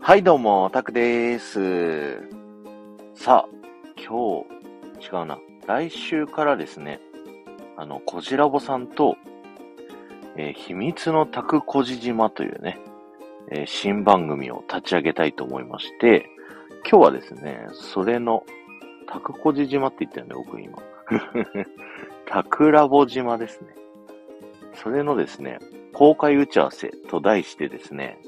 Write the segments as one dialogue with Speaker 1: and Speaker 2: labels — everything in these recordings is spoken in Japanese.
Speaker 1: はい、どうも、タクです。さあ、今日、違うな。来週からですね、あの、コジラボさんと、えー秘密のタクコジ島というね、えー新番組を立ち上げたいと思いまして、今日はですね、それの、タクコジ島って言ったよね、僕今。 タクラボ島ですね。それのですね、公開打ち合わせと題してですね、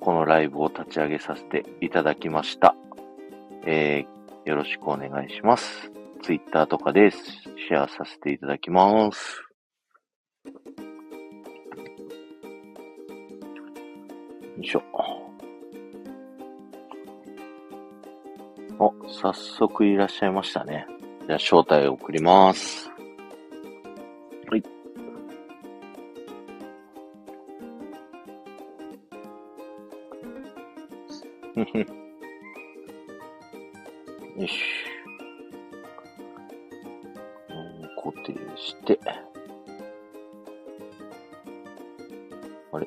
Speaker 1: このライブを立ち上げさせていただきました。えー、よろしくお願いします。ツイッターとかでシェアさせていただきます。よいしょ。お、早速いらっしゃいましたね。じゃあ、招待を送ります。はい。ふふよし。うん固定して。あれ。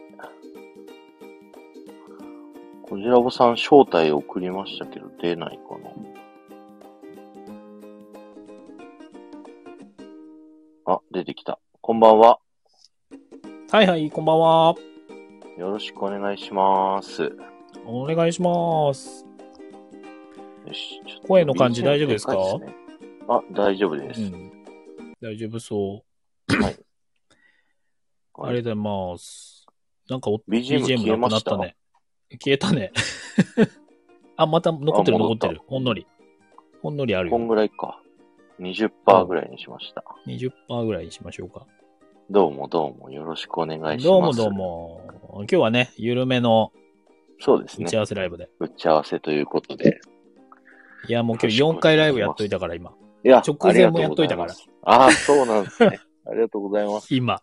Speaker 1: こじらぼさん、招待送りましたけど、出ないかな。あ、出てきた。こんばんは。
Speaker 2: はいはい、こんばんは。
Speaker 1: よろしくお願いします。よ
Speaker 2: お願いします。
Speaker 1: し。ちょっと
Speaker 2: 声の感じ大丈夫ですか
Speaker 1: BGM でかいですねあ、大丈夫で
Speaker 2: う
Speaker 1: す。
Speaker 2: ん。大丈夫そ
Speaker 1: はい。
Speaker 2: う。ありがとうございます。なんかお
Speaker 1: BGM 消え
Speaker 2: BGM な
Speaker 1: ま
Speaker 2: くな
Speaker 1: し
Speaker 2: ったたね。消えたね。 あ、また残ってる
Speaker 1: あ戻
Speaker 2: 残
Speaker 1: っ
Speaker 2: ったてる。ほんのり。ほんのりある
Speaker 1: こん
Speaker 2: よ。
Speaker 1: ぐらいか。20%ぐらいにしました。
Speaker 2: 20%ぐらいにしましょうか。
Speaker 1: どうもどうもよろしくお願いします。
Speaker 2: どうもどう。も。今日はね、緩めの
Speaker 1: そうです
Speaker 2: 打
Speaker 1: ね
Speaker 2: ち。合わせライブで。
Speaker 1: 打ち合わせということで。
Speaker 2: いや、もう今日
Speaker 1: よろしくお願いしま
Speaker 2: 4
Speaker 1: す
Speaker 2: 回ライブやっといたから、今。
Speaker 1: いや
Speaker 2: 直前もやっといたから。
Speaker 1: ああー、そうなんです ね。ありがとうございます。
Speaker 2: 今。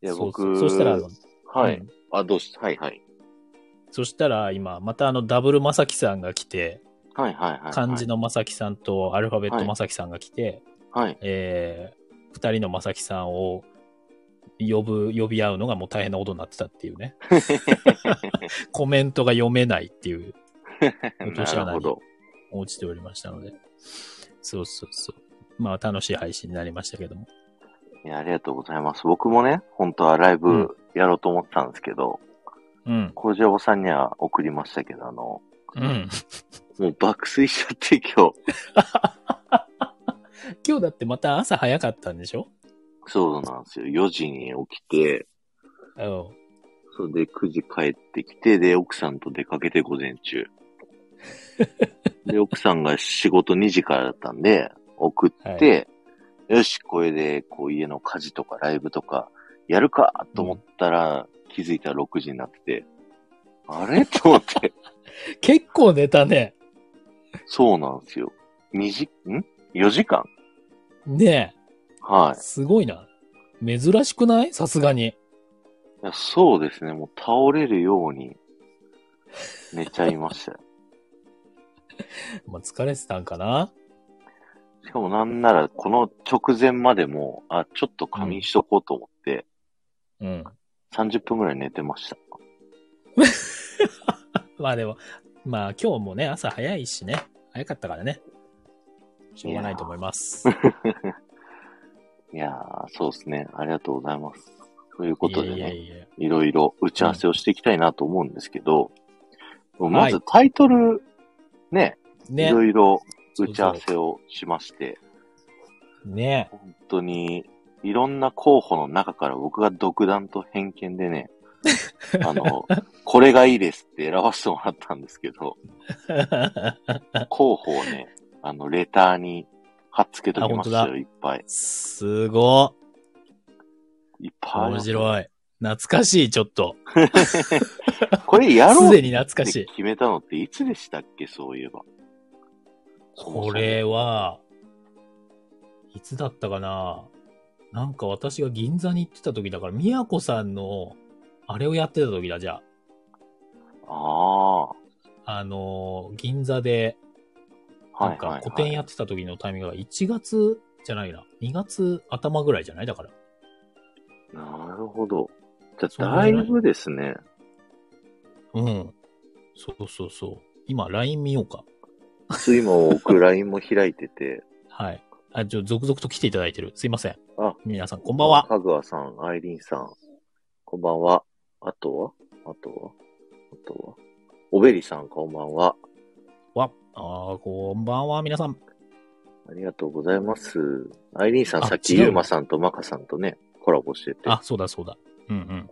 Speaker 1: いや、
Speaker 2: そう
Speaker 1: 僕、
Speaker 2: そうそしたら、あの
Speaker 1: は
Speaker 2: う
Speaker 1: い
Speaker 2: ん。
Speaker 1: あ、どうしはいはい。
Speaker 2: そしたら今、またあの、ダブルまさきさんが来て、
Speaker 1: はいはいはいはい。
Speaker 2: 漢字。のまさきさんとアルファベッ
Speaker 1: は
Speaker 2: ト
Speaker 1: い
Speaker 2: まさきさんが来て、
Speaker 1: はい。
Speaker 2: えー、二人のまさきさんを呼ぶ、呼び合うのがもう大変なことになってたって いうね。コメントが読めないっていう、落と
Speaker 1: な
Speaker 2: し
Speaker 1: る
Speaker 2: 穴
Speaker 1: ほ
Speaker 2: に
Speaker 1: ど。
Speaker 2: 落ちておりましたので。そうそうそう。まあ、楽しい配信になりましたけども。
Speaker 1: いや、ありがとうございます。僕もね、本当はライ
Speaker 2: うん
Speaker 1: ブやろうと思ってたんですけど、
Speaker 2: うん。
Speaker 1: 工場さんには送りましたけど、あの、
Speaker 2: うん。
Speaker 1: もう爆睡しちゃって今日。
Speaker 2: 今日だってまた朝早かったんでしょ
Speaker 1: そうなんですよ。4時に起きて、
Speaker 2: うん。
Speaker 1: それで9時帰ってきて、で、奥さんと出かけて午前中。で、奥さんが仕事2時からだったんで、送って、よし、これで、こう、家の家事とかライブとか、やるかと思ったら、気づいたら6時になってて、あれと思って、
Speaker 2: 結構寝たね。
Speaker 1: そうなんですよ。2時、ん ?4 時間
Speaker 2: ね
Speaker 1: は
Speaker 2: え。すごいな。珍しくないさすがに。
Speaker 1: いいや。そうですね、もう倒れるように、寝ちゃいましたよ。
Speaker 2: まあ、疲れてたんかな
Speaker 1: しかもなんなら、この直前までも、あ、ちょっと仮眠しとこうと思って、
Speaker 2: うん。
Speaker 1: 30分ぐらい寝てました。
Speaker 2: まあでも、まあ今日もね、朝早いしね、早かったからね、しょうがないと思います。
Speaker 1: いやー、そうですね。ありがとうございます。ということでね、
Speaker 2: いえいえいえ。
Speaker 1: いろいろ打ち合わせをしていきたいなと思うんですけど、
Speaker 2: ん
Speaker 1: まずタイトル、ね、い
Speaker 2: ね、
Speaker 1: ろいろ打ち合わせをしまして、
Speaker 2: ね、
Speaker 1: 本当に、いろんな候補の中から僕が独断と偏見で ね、あの、これがいいですって選ばせてもらったんですけど、候補をね、あの、レターに貼っつけときまし
Speaker 2: あ
Speaker 1: た
Speaker 2: 本当
Speaker 1: よ、いっぱい。
Speaker 2: すご
Speaker 1: いっ
Speaker 2: い。
Speaker 1: ぱいありま
Speaker 2: 面
Speaker 1: す。
Speaker 2: 白い。懐かしい、ちょっと。
Speaker 1: これやろ
Speaker 2: す
Speaker 1: う
Speaker 2: で
Speaker 1: っ
Speaker 2: に懐かしてい。
Speaker 1: 決めたのっていつでしたっけ、そういえば。そもそも
Speaker 2: これは、いつだったかななんか私が銀座に行ってた時だから、みやこさんの、あれをやってた時だ、じゃ
Speaker 1: あ
Speaker 2: あ。あのー、銀座で、
Speaker 1: あ、は
Speaker 2: ないん
Speaker 1: はい、は
Speaker 2: か
Speaker 1: い。
Speaker 2: 個展やってた時のタイミングが1月じゃないな。2月頭ぐらいじゃないだから。
Speaker 1: なるほど。じゃ
Speaker 2: そ
Speaker 1: あ、
Speaker 2: う
Speaker 1: だいぶですね。
Speaker 2: うん。そうそうそう。今、LINE 見ようか。
Speaker 1: そう、今僕 LINE も開いてて、
Speaker 2: はい。あ、じゃあ続々と来ていただいてる。すいません。
Speaker 1: あ
Speaker 2: 皆 さん、こんばんは。
Speaker 1: かぐわさん、アイリンさん、こんばんは。あとはあとはあとはおべりさん、こんばんは。
Speaker 2: わ、あーこんばんは、皆さん。
Speaker 1: ありがとうございます。アイリンさん、
Speaker 2: あ
Speaker 1: さっき
Speaker 2: 違うの
Speaker 1: ゆうまさんとまかさんとね、コラボしてて、
Speaker 2: あ、そうだそうだ。うんうん。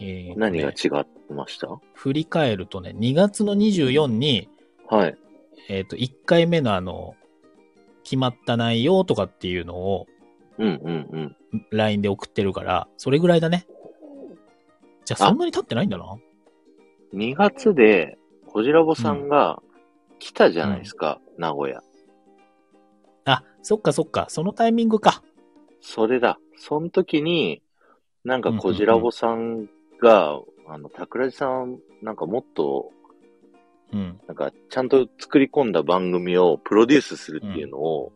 Speaker 2: えーとね
Speaker 1: 何が違ってました、
Speaker 2: 振り返るとね、2月の24に、
Speaker 1: はい。
Speaker 2: えっ、と、1回目のあの、決まった内容とかっていうのを
Speaker 1: うんうんうん。
Speaker 2: LINE で送ってるから、それぐらいだね。じゃあ、
Speaker 1: あ
Speaker 2: そんなに経ってないんだな。
Speaker 1: 2月で、こじらぼさんが来たじゃないですか、名古屋。
Speaker 2: あ、そっかそっか、そのタイミングか。
Speaker 1: それだ。その時に、なんかこじらぼさんが、あの、桜地さん、なんかもっと、
Speaker 2: うん。
Speaker 1: なんかちゃんと作り込んだ番組をプロデュースするっていうのを、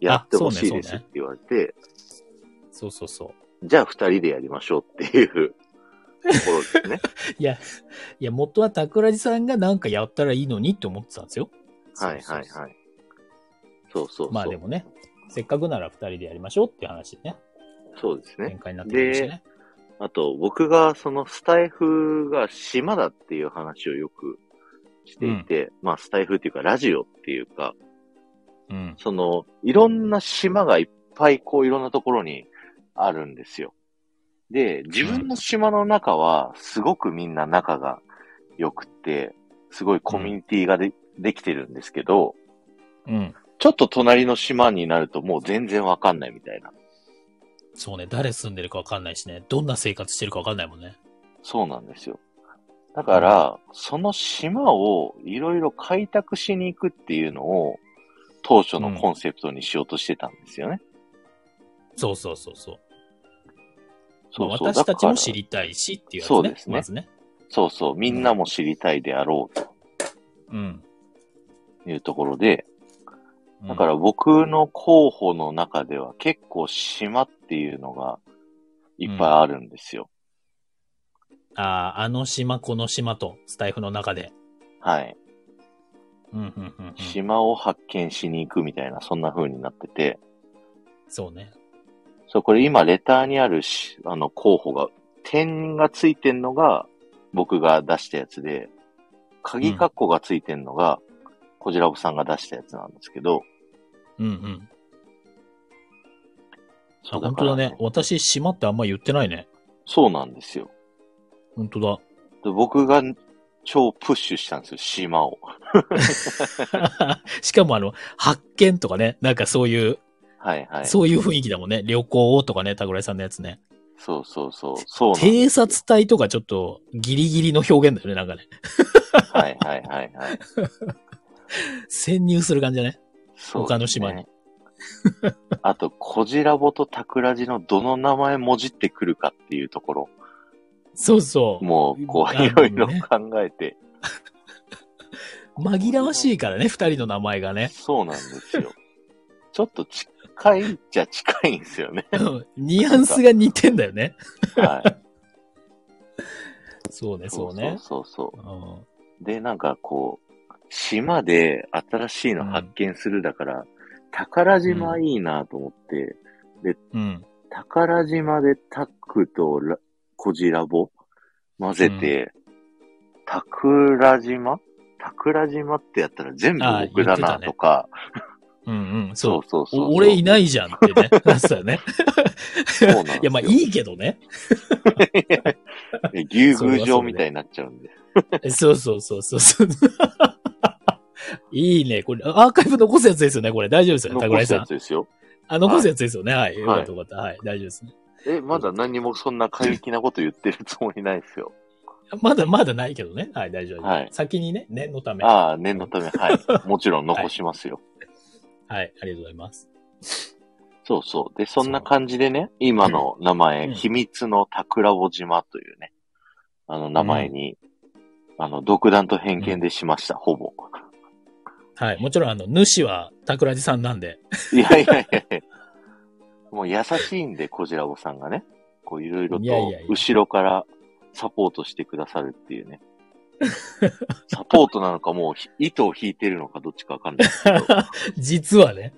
Speaker 1: やってほしいですって言われて、
Speaker 2: そうそうそう。
Speaker 1: じゃあ二人でやりましょうっていうと ころですね。
Speaker 2: いや、いや、元は桜地さんがなんかやったらいいのにって思ってたんですよ。
Speaker 1: はい
Speaker 2: そう
Speaker 1: は
Speaker 2: そう
Speaker 1: い
Speaker 2: そう
Speaker 1: はい。そうそうそう。
Speaker 2: まあでもね、せっかくなら二人でやりましょうっていう話でね、
Speaker 1: そうですね
Speaker 2: 展。開になってきましたね。
Speaker 1: あと、僕が、そのスタイフが島だっていう話をよくしていて、まあ、スタイフっていうか、ラジオっていうか、
Speaker 2: うん。
Speaker 1: その、いろんな島がいっぱい、こう、いろんなところにあるんですよ。で、自分の島の中は、すごくみんな仲が良くて、すごいコミュニティがで,、できてるんですけど、
Speaker 2: うん。
Speaker 1: ちょっと隣の島になるともう全然わかんないみたいな。
Speaker 2: そうね、誰住んでるかわかんないしね、どんな生活してるかわかんないもんね。
Speaker 1: そうなんですよ。だから、その島をいろいろ開拓しに行くっていうのを、当初のコンセプトにしようとしてたんですよね。
Speaker 2: そうそうそうそう。
Speaker 1: そう
Speaker 2: まあ
Speaker 1: そう。
Speaker 2: 私たちも
Speaker 1: だから
Speaker 2: 知りたいしっていうやつね。
Speaker 1: そうですね
Speaker 2: まずね。
Speaker 1: そうそう。みんなも知りたいであろう
Speaker 2: うん。
Speaker 1: というところで、
Speaker 2: うん
Speaker 1: だから、僕の候補の中では結構島っていうのがいっぱいあるんですよ。
Speaker 2: ああ、あの島、この島と、スタイフの中で。
Speaker 1: はい。
Speaker 2: うん、うん、うんうん。
Speaker 1: 島を発見しに行くみたいな、そんな風になってて、
Speaker 2: そうね。
Speaker 1: そう、これ今、レターにあるし、あの、候補が、点がついてんのが、僕が出したやつで、鍵括弧がついてんのが、こじらぼさんが出したやつなんですけど、
Speaker 2: うん、うん。あ、
Speaker 1: そう
Speaker 2: 本当だね。。私、島ってあんま言ってないね。
Speaker 1: そうなんですよ。
Speaker 2: 本当だ。
Speaker 1: で僕が超プッシュしたんですよ、島を。
Speaker 2: しかもあの、発見とかね、なんかそういう、
Speaker 1: はいはい。そう
Speaker 2: そういう雰囲気だもんね。旅行をとかね、田倉さんのやつね。
Speaker 1: そうそうそう。そうなん
Speaker 2: 偵察隊とかちょっとギリギリの表現だよね、なんかね。
Speaker 1: はいはいはいはい。
Speaker 2: 潜入する感じだね。
Speaker 1: そう、
Speaker 2: 他の島に。
Speaker 1: あと、こじらぼとたくらじのどの名前もじってくるかっていうところ、
Speaker 2: そうそう。
Speaker 1: もう、こう、
Speaker 2: ないるほ
Speaker 1: ろ
Speaker 2: ど
Speaker 1: いろ
Speaker 2: ね
Speaker 1: 考えて、
Speaker 2: 紛らわしいからね、二人の名前がね。
Speaker 1: そうなんですよ。ちょっと近いっちゃ近いんですよね。
Speaker 2: うん ニュアンスが似てんだよね。
Speaker 1: はい。
Speaker 2: そうね、 そうね。
Speaker 1: そうそうそう
Speaker 2: うん
Speaker 1: う。で、なんかこう、島で新しいの発見するだから、宝島いいなと思って、
Speaker 2: うん。
Speaker 1: 宝島でタクとラコジラボ混ぜて、桜島桜島ってやったら全部
Speaker 2: あ
Speaker 1: 僕だ
Speaker 2: 言っ
Speaker 1: な
Speaker 2: てたね
Speaker 1: とか、
Speaker 2: うんうん。
Speaker 1: そ
Speaker 2: そう
Speaker 1: そう
Speaker 2: う。
Speaker 1: そう
Speaker 2: お俺いないじゃんって ね。なってたよね。
Speaker 1: そうなんですよ
Speaker 2: いや、まあいいけどね。
Speaker 1: い。牛宮城みたいになっちゃうんで。
Speaker 2: そうそうそうそうそう。いいね。これ、アーカイブ残すやつですよね、これ。大丈夫ですよね、桜
Speaker 1: 残
Speaker 2: 井
Speaker 1: す
Speaker 2: さ
Speaker 1: や
Speaker 2: ん
Speaker 1: つ。ですよ。
Speaker 2: あ、残すやつですよね。はい。よ
Speaker 1: はい
Speaker 2: かったよかった。はい。大丈夫ですね。
Speaker 1: え、まだ何もそんな過激なこと言ってるつもりないですよ。
Speaker 2: まだまだないけどね。はい、大丈夫。
Speaker 1: はい
Speaker 2: 先 にね、念のため。はい。
Speaker 1: ああ、念のため、はい。 もちろん残しますよ。
Speaker 2: ありがとうございます。
Speaker 1: そうそう。で、そんな感じでね、今の名前、
Speaker 2: うん
Speaker 1: 秘密の桜穂島というね、あの名前に、あの、独断と偏見でしました、ほぼ。
Speaker 2: はい。もちろん、あの、主は桜地さんなんで。
Speaker 1: いやいやいやいやもう優しいんで、こじらぼさんがね、こういろいろと
Speaker 2: いやいやいや、
Speaker 1: 後ろからサポートしてくださるっていうね。サポートなのかもうひ糸を引いてるのかどっちかわかんないです けど、
Speaker 2: 実 はね。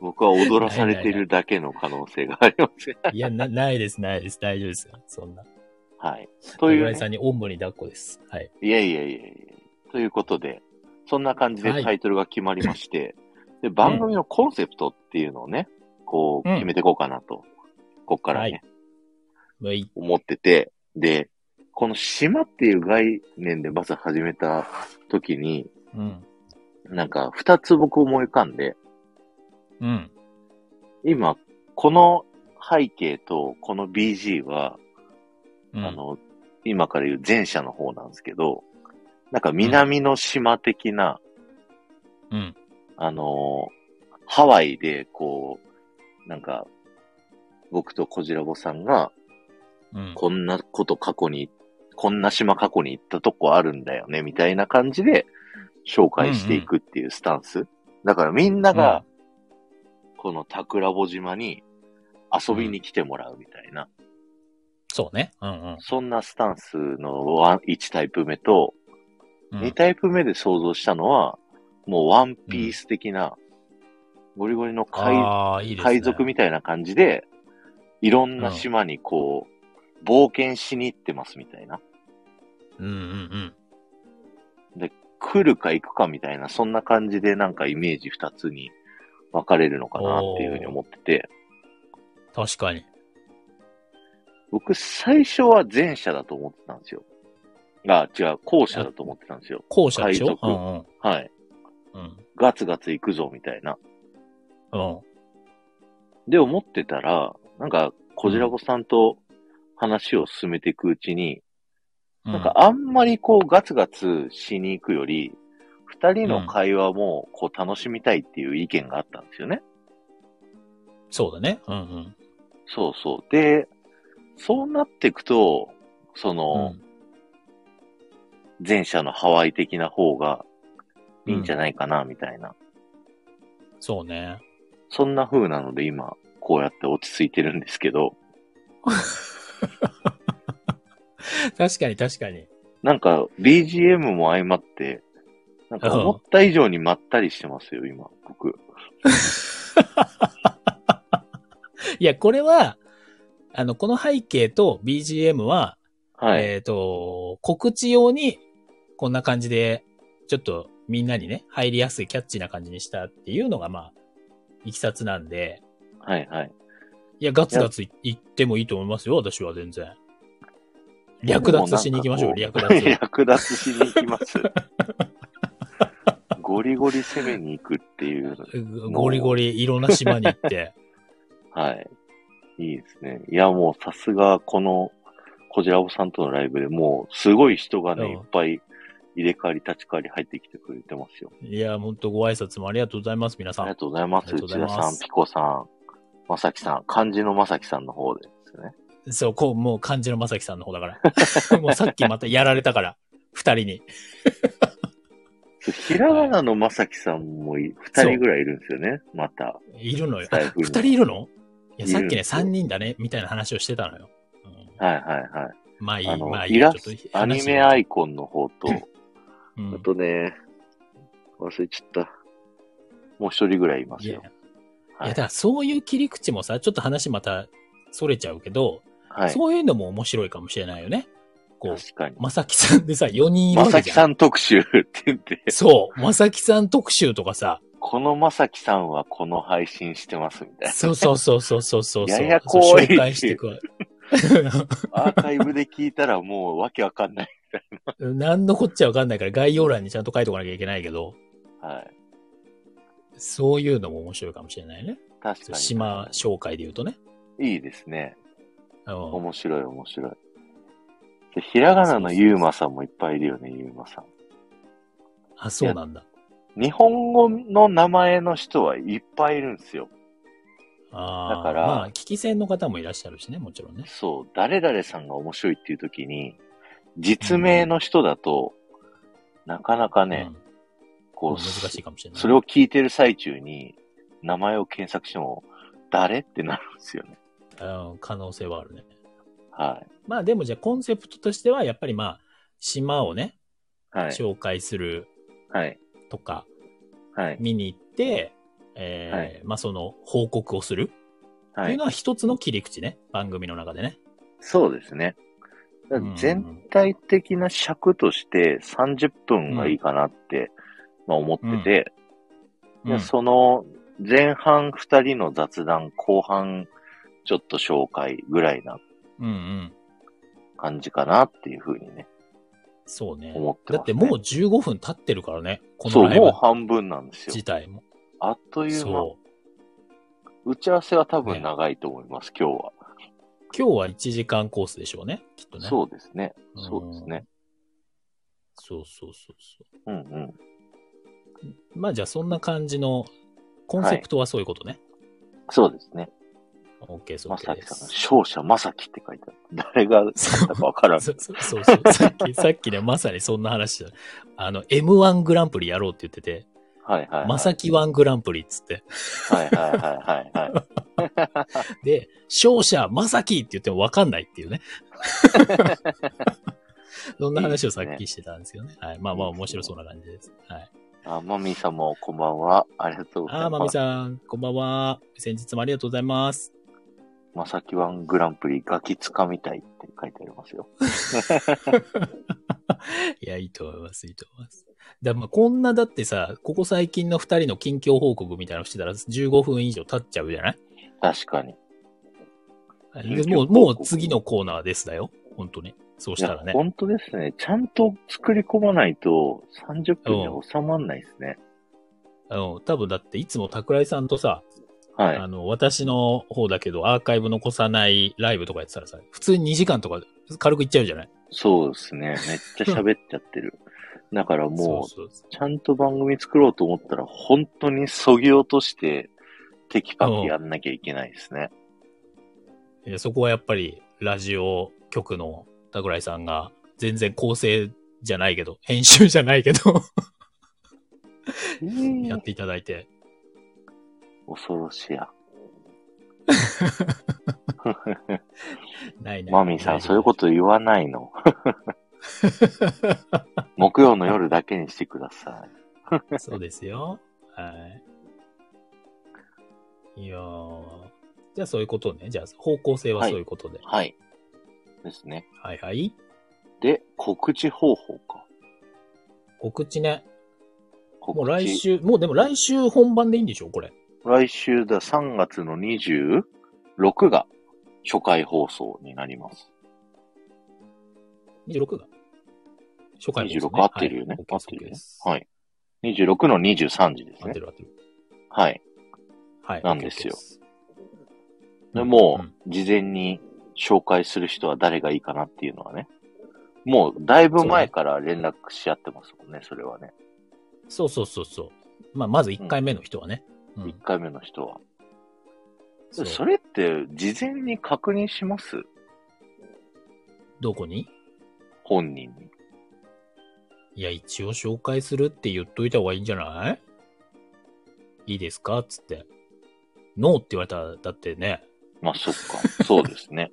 Speaker 1: 僕は踊らされてるだけの可能性がありますね。
Speaker 2: いや、な、ないです、ないです。大丈夫ですよ。そんな。
Speaker 1: はい。と
Speaker 2: 小
Speaker 1: いう、
Speaker 2: 倉井
Speaker 1: ね
Speaker 2: さ、んにおんぶに抱っこです。はい。
Speaker 1: いやいやいやいや。ということで、そんな感じで
Speaker 2: はい
Speaker 1: タイトルが決まりまして、で、番組のコンセプトっていうのをね、こう、
Speaker 2: うん
Speaker 1: 決めていこうかなと、こっからね、
Speaker 2: はいむい。
Speaker 1: 思ってて、で、この島っていう概念でまず始めた時に、
Speaker 2: うん。
Speaker 1: なんか、二つ僕思い浮かんで、
Speaker 2: うん。
Speaker 1: 今、この背景とこの BG は、
Speaker 2: うん
Speaker 1: あ、の、今から言う前者の方なんですけど、なんか南の島的な、
Speaker 2: うん。
Speaker 1: あのーハワイで、こう、なんか、僕とこじらぼさんが、
Speaker 2: うん。
Speaker 1: こんなこと過去に、こんな島過去に行ったとこあるんだよね、みたいな感じで、紹介していくっていうスタンス。だからみんなが、この桜穂島に遊びに来てもらうみたいな、
Speaker 2: そうね。うん
Speaker 1: そんなスタンスのワン1タイプ目と、
Speaker 2: うん。
Speaker 1: 2タイプ目で想像したのは、もうワンピース的な、ゴリゴリの海
Speaker 2: ああ、いいですね。
Speaker 1: 海賊みたいな感じで、いろんな島にこう、冒険しに行ってますみたいな。
Speaker 2: うんうん
Speaker 1: 来るか行くかみたいな、そんな感じでなんかイメージ二つに分かれるのかなっていうふうに思ってて、
Speaker 2: うん。確かに。
Speaker 1: 僕最初は前者だと思ってたんですよ。あ、違う、後者だと思ってたんですよ。
Speaker 2: 後者でしょ
Speaker 1: 海賊はい。
Speaker 2: うんうん。
Speaker 1: ガツガツ行くぞみたいな。
Speaker 2: うん。うん。
Speaker 1: で、思ってたら、なんか、こじらぼさんと話を進めていくうちに、なんかあんまりこうガツガツしに行くより、二人の会話もこう楽しみたいっていう意見があったんですよね。
Speaker 2: そうだね。うんうん。
Speaker 1: そうそう。で、そうなっていくと、その、前者のハワイ的な方がいいんじゃ
Speaker 2: い
Speaker 1: ないかな、みたいな。
Speaker 2: そうね。
Speaker 1: そんな風なので今、こうやって落ち着いてるんですけど、
Speaker 2: 確かに確かに。
Speaker 1: なんか BGM も相まって、なんか思った以上にまったりしてますよ、今、僕。
Speaker 2: いや、これは、あの、この背景と BGM は、
Speaker 1: はい。
Speaker 2: えっ、と、告知用に、こんな感じで、ちょっとみんなにね、入りやすいキャッチーな感じにしたっていうのが、まあ、いきさつなんで、
Speaker 1: はいはい。
Speaker 2: いや、ガツガツいいってもいいと思いますよ、私は全然。略奪しに行きましょう、
Speaker 1: でもなんか
Speaker 2: 略奪
Speaker 1: こ
Speaker 2: を。
Speaker 1: 略奪しに行きます。ゴリゴリ攻めに行くっていう。
Speaker 2: ゴリゴリ、いろんな島に行って。
Speaker 1: はい。いいですね。いや、もうさすが、この、こじらぼさんとのライブでもう、すごい人がね、
Speaker 2: うん
Speaker 1: いっぱい入れ替わり、立ち替わり入ってきてくれてますよ。
Speaker 2: いや、ほんとご挨拶もありがとうございます、皆
Speaker 1: あ
Speaker 2: さ
Speaker 1: りが
Speaker 2: ん。
Speaker 1: とうございます。
Speaker 2: ありがとう
Speaker 1: 内
Speaker 2: ござい
Speaker 1: 田
Speaker 2: ます
Speaker 1: さん、ピコさん、まさきさん、漢字のまさきさんの方ですね。
Speaker 2: そう、こう、もう漢字のまさきさんの方だから。 もうさっきまたやられたから、二人に。
Speaker 1: ひらがなのまさきさんもい二人ぐらいいるんですよね、また。
Speaker 2: いるのよ。
Speaker 1: 財布
Speaker 2: 二
Speaker 1: に
Speaker 2: 人いるのいや、
Speaker 1: いる
Speaker 2: さ
Speaker 1: ん
Speaker 2: っき
Speaker 1: で
Speaker 2: ね、
Speaker 1: すよ
Speaker 2: 三人だね、みたいな話をしてたのよ。うん
Speaker 1: はいはいはい。
Speaker 2: まあいい、
Speaker 1: あ
Speaker 2: ま
Speaker 1: の、
Speaker 2: あいい。
Speaker 1: イラス
Speaker 2: ちょっと
Speaker 1: ト、アニメアイコンの方と、
Speaker 2: う
Speaker 1: あ
Speaker 2: ん、
Speaker 1: とね、忘れちゃった。もう一人ぐらいいま
Speaker 2: い
Speaker 1: す
Speaker 2: や、い
Speaker 1: よ。
Speaker 2: や、
Speaker 1: はい
Speaker 2: だからそういう切り口もさ、ちょっと話また、それちゃうけど、
Speaker 1: はい。
Speaker 2: そういうのも面白いかもしれないよね。こう、
Speaker 1: 確かに。
Speaker 2: まさきさんでさ、4人いる
Speaker 1: ま
Speaker 2: わ
Speaker 1: さき
Speaker 2: けじゃん。
Speaker 1: さん特集って言って、
Speaker 2: そう、まさきさん特集とかさ、
Speaker 1: このまさきさんはこの配信してますみたい
Speaker 2: そうそうそうそうそうそうそう。
Speaker 1: ややこい
Speaker 2: 紹介してくわ。
Speaker 1: な。アーカイブで聞いたらもうわけわかんない。
Speaker 2: 何のこっちゃわかんないから概要欄にちゃんと書いておかなきゃいけないけど、
Speaker 1: はい。
Speaker 2: そういうのも面白いかもしれないね。
Speaker 1: 確かに。
Speaker 2: 島紹介で言うとね。
Speaker 1: いいですね。
Speaker 2: うん、
Speaker 1: 面白い面白い。でひらがなのゆうまさんもいっぱいいるよね、ゆうまさん。
Speaker 2: あ、そうなんだ。
Speaker 1: 日本語の名前の人はいっぱいいるんですよ。
Speaker 2: あー
Speaker 1: だから
Speaker 2: まあ、聞き戦の方もいらっしゃるしね、もちろんね。
Speaker 1: そう、誰々さんが面白いっていう時に、実名の人だと、なかなかね、
Speaker 2: うん、
Speaker 1: こう、
Speaker 2: 難しいかもしれない。
Speaker 1: それを聞いてる最中に、名前を検索しても、誰ってなるんですよね。
Speaker 2: うん可能性はあるね。
Speaker 1: は
Speaker 2: まあでもじゃあコンセプトとしては、やっぱりまあ、島をね、
Speaker 1: い。はい。
Speaker 2: 紹介する
Speaker 1: はい。
Speaker 2: とか、
Speaker 1: はい。
Speaker 2: 見に行って、
Speaker 1: は
Speaker 2: えーまあその報告をするっ
Speaker 1: は
Speaker 2: ていう
Speaker 1: い。
Speaker 2: のは一つの切り口ね、番組の中でね。
Speaker 1: そうですね。だから全
Speaker 2: うん
Speaker 1: 体的な尺として30分がいいかなって、まあ思ってて、
Speaker 2: うん
Speaker 1: でその前半2人の雑談、後半ちょっと紹介ぐらいな
Speaker 2: うんうん。
Speaker 1: 感じかなっていうふうにね、
Speaker 2: そうね
Speaker 1: 思ってますね
Speaker 2: だってもう15分経ってるからね、こ
Speaker 1: そ
Speaker 2: の
Speaker 1: う、
Speaker 2: ライブ
Speaker 1: もう半分なんです
Speaker 2: 自
Speaker 1: よ。
Speaker 2: 体も。
Speaker 1: あっという間。
Speaker 2: そう。
Speaker 1: 打ち合わせは多分長いと思います、今日は。
Speaker 2: 今日は1時間コースでしょうね、きっとね。
Speaker 1: そうですね。
Speaker 2: うん
Speaker 1: そうですね。
Speaker 2: そうそうそう
Speaker 1: う
Speaker 2: そ
Speaker 1: んうん。
Speaker 2: う。まあじゃあそんな感じの、コンセプトはそういうことね。
Speaker 1: そうですね。
Speaker 2: OK、そう
Speaker 1: まさ
Speaker 2: で
Speaker 1: きさん、
Speaker 2: す。
Speaker 1: 勝者まさきって書いてある。誰が打ったかわからん。
Speaker 2: そそそうそう。さっき、さっきね、まさにそんな話だ。あの、M1 グランプリやろうって言ってて、
Speaker 1: はい はいはい。
Speaker 2: まさき1グランプリっつって。
Speaker 1: はいはいはいはいはい。
Speaker 2: で、勝者、まさきって言ってもわかんないっていう ね。そんな話をさっきしてたんですよね。はい。まあまあ面白そうな感じです。はい。
Speaker 1: あ、まみさんもこんばんは。ありがとうございます。
Speaker 2: あー、まみさん、こんばんは。先日もありがとうございます。
Speaker 1: まさきワングランプリガキつかみたいって書いてありますよ。
Speaker 2: いや、いいと思います、いいと思います。だまあこんな、だってさ、ここ最近の二人の近況報告みたいなのしてたら15分以上経っちゃうじゃない
Speaker 1: 確かに。近況報告
Speaker 2: もう、もう次のコーナーですだよ。本当に。そう
Speaker 1: い
Speaker 2: した
Speaker 1: や
Speaker 2: ら、ね。
Speaker 1: 本当ですね。ちゃんと作り込まないと30分で収まんないですね。
Speaker 2: あの、多分だっていつも桜井さんとさ、
Speaker 1: はい。
Speaker 2: あの、私の方だけどアーカイブ残さないライブとかやってたらさ、普通に2時間とか軽くいっちゃうじゃない
Speaker 1: そうですね。めっちゃ喋っちゃって る。だからもう、
Speaker 2: そうそうそう
Speaker 1: ちゃんと番組作ろうと思ったら、本当にそぎ落として、テキパキやんなきゃいけないですね。
Speaker 2: いやそこはやっぱりラジオ局の桜井さんが全然構成じゃないけど、編集じゃないけど、
Speaker 1: うん
Speaker 2: やっていただいて。
Speaker 1: 恐ろしや。
Speaker 2: ないない。。
Speaker 1: マミーさん、そういうことと言わない の。木曜の夜だけにしてください。
Speaker 2: そうですよ。はい。いやーじゃあそういうことね。じゃあ方向性はそういうことで。
Speaker 1: はい。ですね。
Speaker 2: はい、はい。
Speaker 1: で、告知方法か。
Speaker 2: 告知ね。
Speaker 1: 告知
Speaker 2: もう来。週、もうでも来週本番でいいんでしょこれ。
Speaker 1: 来週だ、3月の26が初回放送になります。
Speaker 2: 26が。初回ですね、
Speaker 1: 26合ってるよね
Speaker 2: はい
Speaker 1: 合ってるよね
Speaker 2: OK です
Speaker 1: はい。26の23時です
Speaker 2: 合っ
Speaker 1: ね
Speaker 2: て。る合ってる。
Speaker 1: はい。
Speaker 2: はい。
Speaker 1: なんですよ
Speaker 2: OK
Speaker 1: でも
Speaker 2: うん、
Speaker 1: 事前に紹介する人は誰がいいかなっていうのはね。もう、だいぶ前から連絡し合ってますもんね、それはね。
Speaker 2: そうそうそうそう。まあ、まず1回目の人はね。うん
Speaker 1: 1回目の人は。
Speaker 2: そう
Speaker 1: それって、事前に確認します
Speaker 2: どこに
Speaker 1: 本人に。
Speaker 2: いや、一応紹介するって言っといた方がいいんじゃないいいですかつって。ノーって言われたら、だってね。
Speaker 1: まあ、そっか。 そうですね。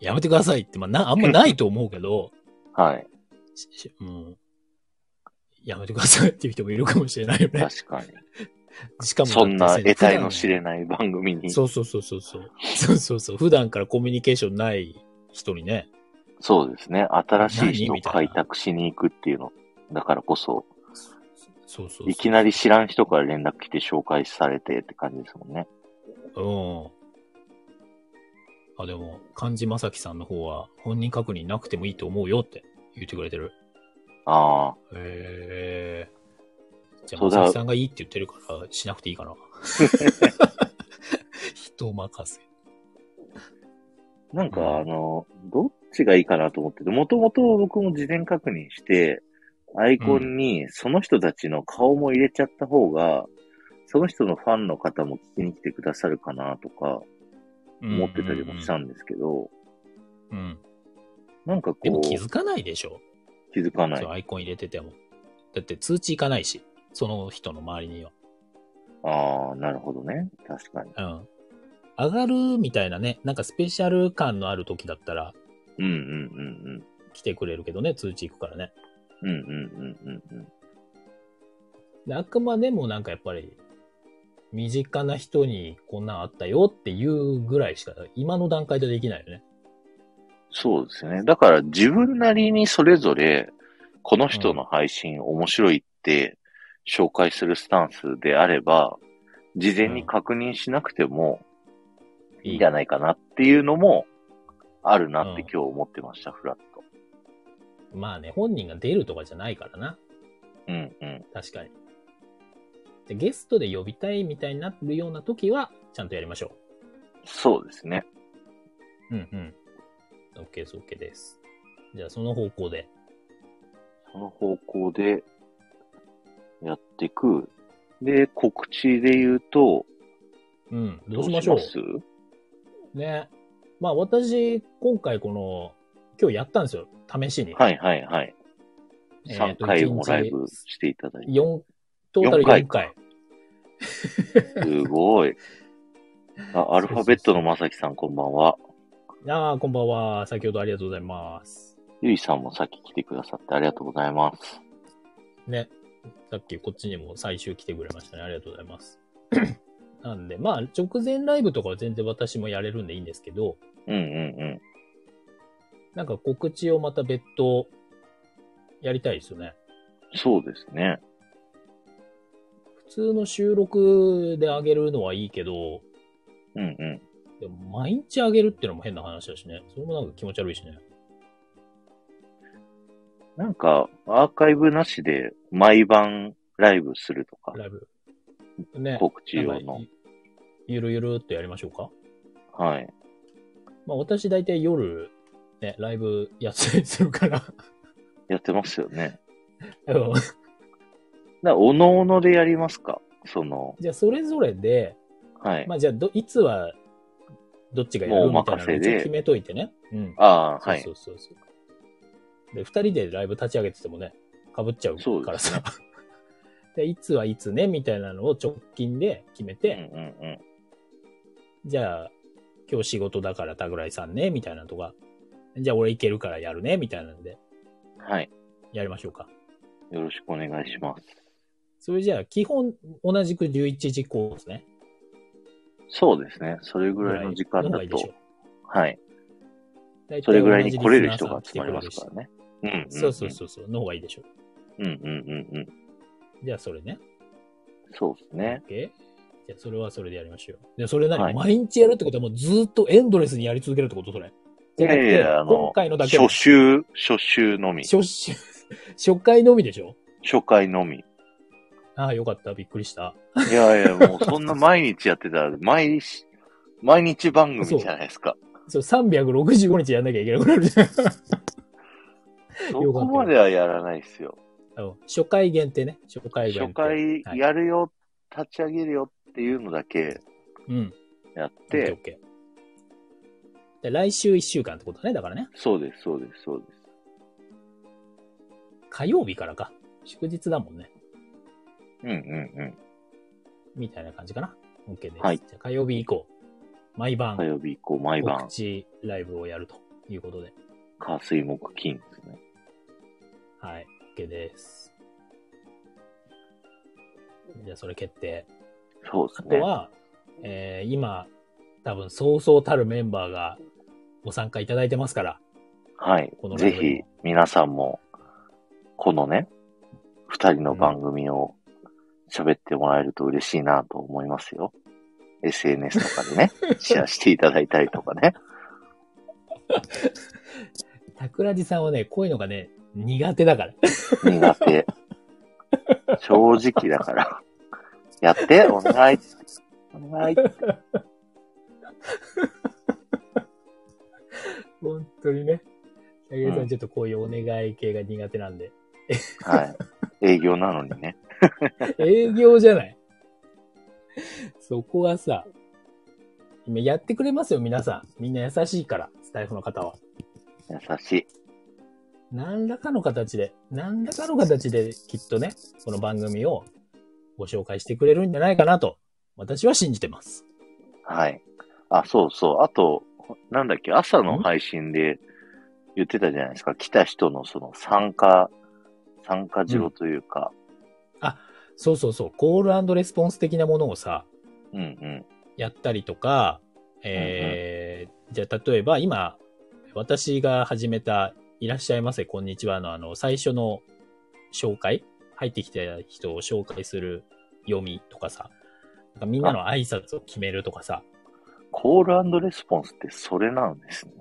Speaker 2: やめてくださいって、まあ、な、あんまないと思うけど、
Speaker 1: はい。
Speaker 2: ししうん。やめてくださいっていう人もいるかもしれないよね。
Speaker 1: 確かに。
Speaker 2: しかもだって
Speaker 1: そんな得体の知
Speaker 2: 普
Speaker 1: れない番組に。
Speaker 2: 段
Speaker 1: そう
Speaker 2: そうそうそうそうそう。そうそうそう。普段からコミュニケーションない人にね。
Speaker 1: ですね。新しい人を
Speaker 2: 何みたいな
Speaker 1: 開拓しに行くっていうの。だからこそ、
Speaker 2: そうそうそう
Speaker 1: いきなり知らん人から連絡来て紹介されてって感じですもんね。
Speaker 2: うん。あ、でも、漢字正樹さんの方は、本人確認なくてもいいと思うよって言ってくれてる。
Speaker 1: ああ。
Speaker 2: へえじゃあ、
Speaker 1: そうだ
Speaker 2: 正樹さんがいいって言ってるから、しなくていいかな。 人任せ。
Speaker 1: なん
Speaker 2: うん
Speaker 1: か、あの、どっちがいいかなと思ってて、もともと僕も事前確認して、アイコンにその人たちの顔も入れちゃった方が、その人のファンの方も聞きに来てくださるかなとか思ってたりもしたんですけど、
Speaker 2: うんうんうん。うん。
Speaker 1: なんかこ
Speaker 2: でも気
Speaker 1: う、
Speaker 2: づかないでしょ。
Speaker 1: 気づかな
Speaker 2: そう
Speaker 1: い。
Speaker 2: アイコン入れてても。だって通知いかないし、その人の周りには。
Speaker 1: ああ、なるほどね。確かに。
Speaker 2: うん。上がるみたいなね、なんかスペシャル感のある時だったら
Speaker 1: うんうん
Speaker 2: 来てくれるけどね、通知行くからね。
Speaker 1: うんうん。うんうんうんうんうん。
Speaker 2: であくまでもなんかやっぱり、身近な人にこんなんあったよっていうぐらいしか、今の段階でできないよね。
Speaker 1: そうですね。だから自分なりにそれぞれ、この人の配信面白いって紹介するスタンスであれば、事前に確認しなくてもいいんじゃないかなっていうのもあるなって今日思ってました、フラット。
Speaker 2: まあね、本人が出るとかじゃないからな。
Speaker 1: うんうん。
Speaker 2: 確かに。でゲストで呼びたいみたいになるような時は、ちゃんとやりましょ
Speaker 1: そうですね。
Speaker 2: う。うんうん。OK です、OK です。じゃあその方向で。
Speaker 1: その方向でやっていく。で、告知で言うと、
Speaker 2: うん、
Speaker 1: ど
Speaker 2: どう
Speaker 1: う
Speaker 2: し
Speaker 1: し
Speaker 2: ま
Speaker 1: ま
Speaker 2: し
Speaker 1: す
Speaker 2: ょう。ね。まあ私、今回この、今日やったんですよ。試しに。
Speaker 1: はいはいはい。
Speaker 2: えー
Speaker 1: 3
Speaker 2: と
Speaker 1: 回もライ
Speaker 2: 一
Speaker 1: ブ
Speaker 2: 日
Speaker 1: していただいて。
Speaker 2: 四トータル4
Speaker 1: 四回
Speaker 2: 回。
Speaker 1: す ごい。あ、アルファベットのまさきさんこんばんは。
Speaker 2: ああ、こんばんは。先ほどありがとうございます。
Speaker 1: ゆいさんもさっき来てくださってありがとうございます。
Speaker 2: ね。さっきこっちにも最終来てくれましたね。ありがとうございます。 なんで、まあ、直前ライブとかは全然私もやれるんでいいんですけど、
Speaker 1: うんうんうん。
Speaker 2: なんか告知をまた別途やりたいですよね。
Speaker 1: そうですね。
Speaker 2: 普通の収録であげるのはいいけど、
Speaker 1: うんうん。
Speaker 2: でも毎日あげるってのも変な話だしね。それもなんか気持ち悪いしね。
Speaker 1: なんか、アーカイブなしで毎晩ライブするとか、
Speaker 2: ライブ。ね。
Speaker 1: 告知用
Speaker 2: なん
Speaker 1: の
Speaker 2: か。ゆるゆるっとやりましょうか。
Speaker 1: はい。
Speaker 2: まあ私大体夜、ね、ライブやったりするから。
Speaker 1: やってますよね。
Speaker 2: うん
Speaker 1: だから、おのおのでやりますかその、
Speaker 2: じゃあそれぞれで、
Speaker 1: はい。
Speaker 2: まあじゃあど、いつは、どっちがやるみ
Speaker 1: もうお
Speaker 2: たいな
Speaker 1: 任
Speaker 2: のを
Speaker 1: せで
Speaker 2: 一応決めといてね。うん。
Speaker 1: ああ、はい。
Speaker 2: そうそうそうそう。で、二人でライブ立ち上げててもね、被っちゃうからさ。 でいつはいつね、みたいなのを直近で決め
Speaker 1: うん
Speaker 2: て、
Speaker 1: うんうん。
Speaker 2: じゃあ、今日仕事だから田倉井さんね、みたいなのとか、じゃあ俺行けるからやるね、みたいなので、
Speaker 1: はい。
Speaker 2: やりましょうか。
Speaker 1: よろしくお願いします。
Speaker 2: それじゃあ、基本、同じく11時こうですね。
Speaker 1: そうですね。それぐらいの時間だ
Speaker 2: ぐらいの方がいいでしょ
Speaker 1: と
Speaker 2: う、
Speaker 1: はい。
Speaker 2: 大体
Speaker 1: それぐらいに来れる人
Speaker 2: 同
Speaker 1: が
Speaker 2: じ
Speaker 1: 集まりますからね。うんうん、うん。
Speaker 2: リスナーさん来てくれるしそうそうそうそう、の方がいいでしょ
Speaker 1: う。うんうんうんうん。
Speaker 2: う。じゃあ、それね。
Speaker 1: そうですね。
Speaker 2: OK? じゃあ、それはそれでやりましょうよ。で、それ何、
Speaker 1: はい
Speaker 2: 毎日やるってことはもうずっとエンドレスにやり続けるってことそれ。
Speaker 1: いやいやいや、あ
Speaker 2: 今
Speaker 1: の、
Speaker 2: 回のだけは
Speaker 1: 初週、初週のみ。
Speaker 2: 初週、初回のみでしょ
Speaker 1: 初回のみ。
Speaker 2: ああ、よかった。びっくりした。
Speaker 1: いやいや、もうそんな毎日やってたら、 毎日、毎日番組じゃないですか。
Speaker 2: そう、365日やんなきゃいけなくなるじゃん。
Speaker 1: そ
Speaker 2: よかっ
Speaker 1: こ
Speaker 2: た
Speaker 1: まではやらないですよ。
Speaker 2: あの初回限定ね。初回限定。
Speaker 1: 初回
Speaker 2: はい
Speaker 1: やるよ、立ち上げるよっていうのだけ
Speaker 2: うん。
Speaker 1: やっ
Speaker 2: で、
Speaker 1: て、
Speaker 2: OK。で、来週1週間ってことね。だからね。
Speaker 1: そうです、そうです、そうです。
Speaker 2: 火曜日からか。祝日だもんね。
Speaker 1: うんうんうん。
Speaker 2: みたいな感じかな。OK です。
Speaker 1: はい
Speaker 2: じゃあ火曜日以降、毎晩
Speaker 1: 火、曜日以降、毎晩
Speaker 2: 告、知ライブをやるということで。
Speaker 1: 火水木金ですね。
Speaker 2: はい。OK です。じゃあ、それ決定。
Speaker 1: そう
Speaker 2: あ
Speaker 1: です
Speaker 2: と
Speaker 1: ね。
Speaker 2: は、えー今、多分、そうそうたるメンバーがご参加いただいてますから。
Speaker 1: はい
Speaker 2: この。ラ
Speaker 1: ぜ
Speaker 2: イブにも
Speaker 1: ひ、皆さんも、このね、二人の番組を喋ってもらえると嬉しいなと思いますよ。SNS とかで ね、シェアしていただいたりとかね。
Speaker 2: 桜地さんはね、こういうのがね、苦手だから。
Speaker 1: 苦手。正直だから。やって、お願い。お願い。
Speaker 2: 本当にね。桜地さ
Speaker 1: うん
Speaker 2: ん、ちょっとこういうお願い系が苦手 なんで。
Speaker 1: はい。営業なのにね。
Speaker 2: 営業じゃない。そこはさ、今やってくれますよ、皆さん。みんな優しいから、スタイフの方は。
Speaker 1: 優しい。
Speaker 2: 何らかの形で、何らかの形できっとね、この番組をご紹介してくれるんじゃないかなと、私は信じてます。
Speaker 1: はい。あ、そうそう。あと、なんだっけ、朝の配信で言ってたじゃないですか。来た人のその参加、参加しろというか。
Speaker 2: そうそうそう、コールレスポンス的なものをさ、
Speaker 1: うんうん。
Speaker 2: やったりとか、えーじゃあ例えば今、私が始めた、いらっしゃいませ、こんにちはのあの、最初の紹介、入ってきた人を紹介する読みとかさ、なんかみんなの挨拶を決めるとかさ、
Speaker 1: コールレスポンスってそれなんですね。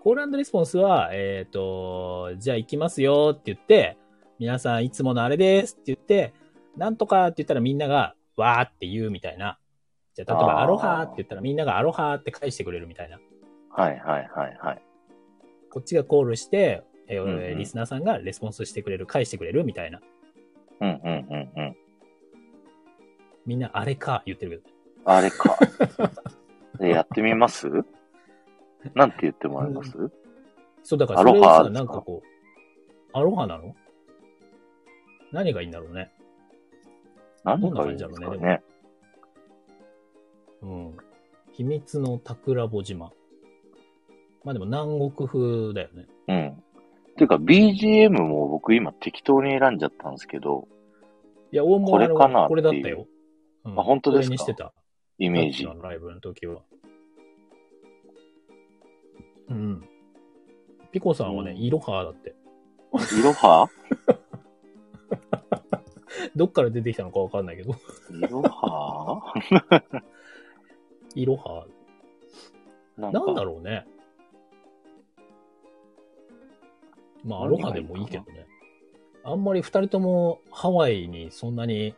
Speaker 2: コールレスポンスは、えっ、と、じゃあ行きますよって言って、皆さんいつものあれですって言って、なんとかって言ったらみんなが、わーって言うみたいな。じゃあ、例えば、
Speaker 1: あー
Speaker 2: アロハーって言ったらみんながアロハーって返してくれるみたいな。
Speaker 1: はいはいはいはい。
Speaker 2: こっちがコールして、えー
Speaker 1: うんうん
Speaker 2: リスナーさんがレスポンスしてくれる、返してくれるみたいな。
Speaker 1: うんうんうんうん。
Speaker 2: みんなあれか言ってるけど。
Speaker 1: あれ か。でやってみますなんて言ってもらいます、
Speaker 2: そう、だからそれ
Speaker 1: ア
Speaker 2: を
Speaker 1: ロハ
Speaker 2: さ、
Speaker 1: ー
Speaker 2: なんかこう、アロハなの何がいいんだろうね。
Speaker 1: 何がいいんです
Speaker 2: どん
Speaker 1: か
Speaker 2: な感じだろう
Speaker 1: ね。
Speaker 2: うん。秘密の桜穂島。まあでも南国風だよね。
Speaker 1: うん。ていうか BGM も僕今適当に選んじゃったんですけど、
Speaker 2: いや、大
Speaker 1: これかな
Speaker 2: これだったよ。うん
Speaker 1: あ本当ですか
Speaker 2: これにしてた。
Speaker 1: イメージ
Speaker 2: さっ。きのライブの時は。うん。ピコさんはね、
Speaker 1: うん
Speaker 2: イロハだって。
Speaker 1: いろは
Speaker 2: どっから出てきたのかわかんないけど。
Speaker 1: いろは
Speaker 2: イロハ
Speaker 1: な
Speaker 2: なんだ
Speaker 1: ろ
Speaker 2: ろうね。まあ、アロハでもいいけどね。あんまり二人ともハワイにそんなに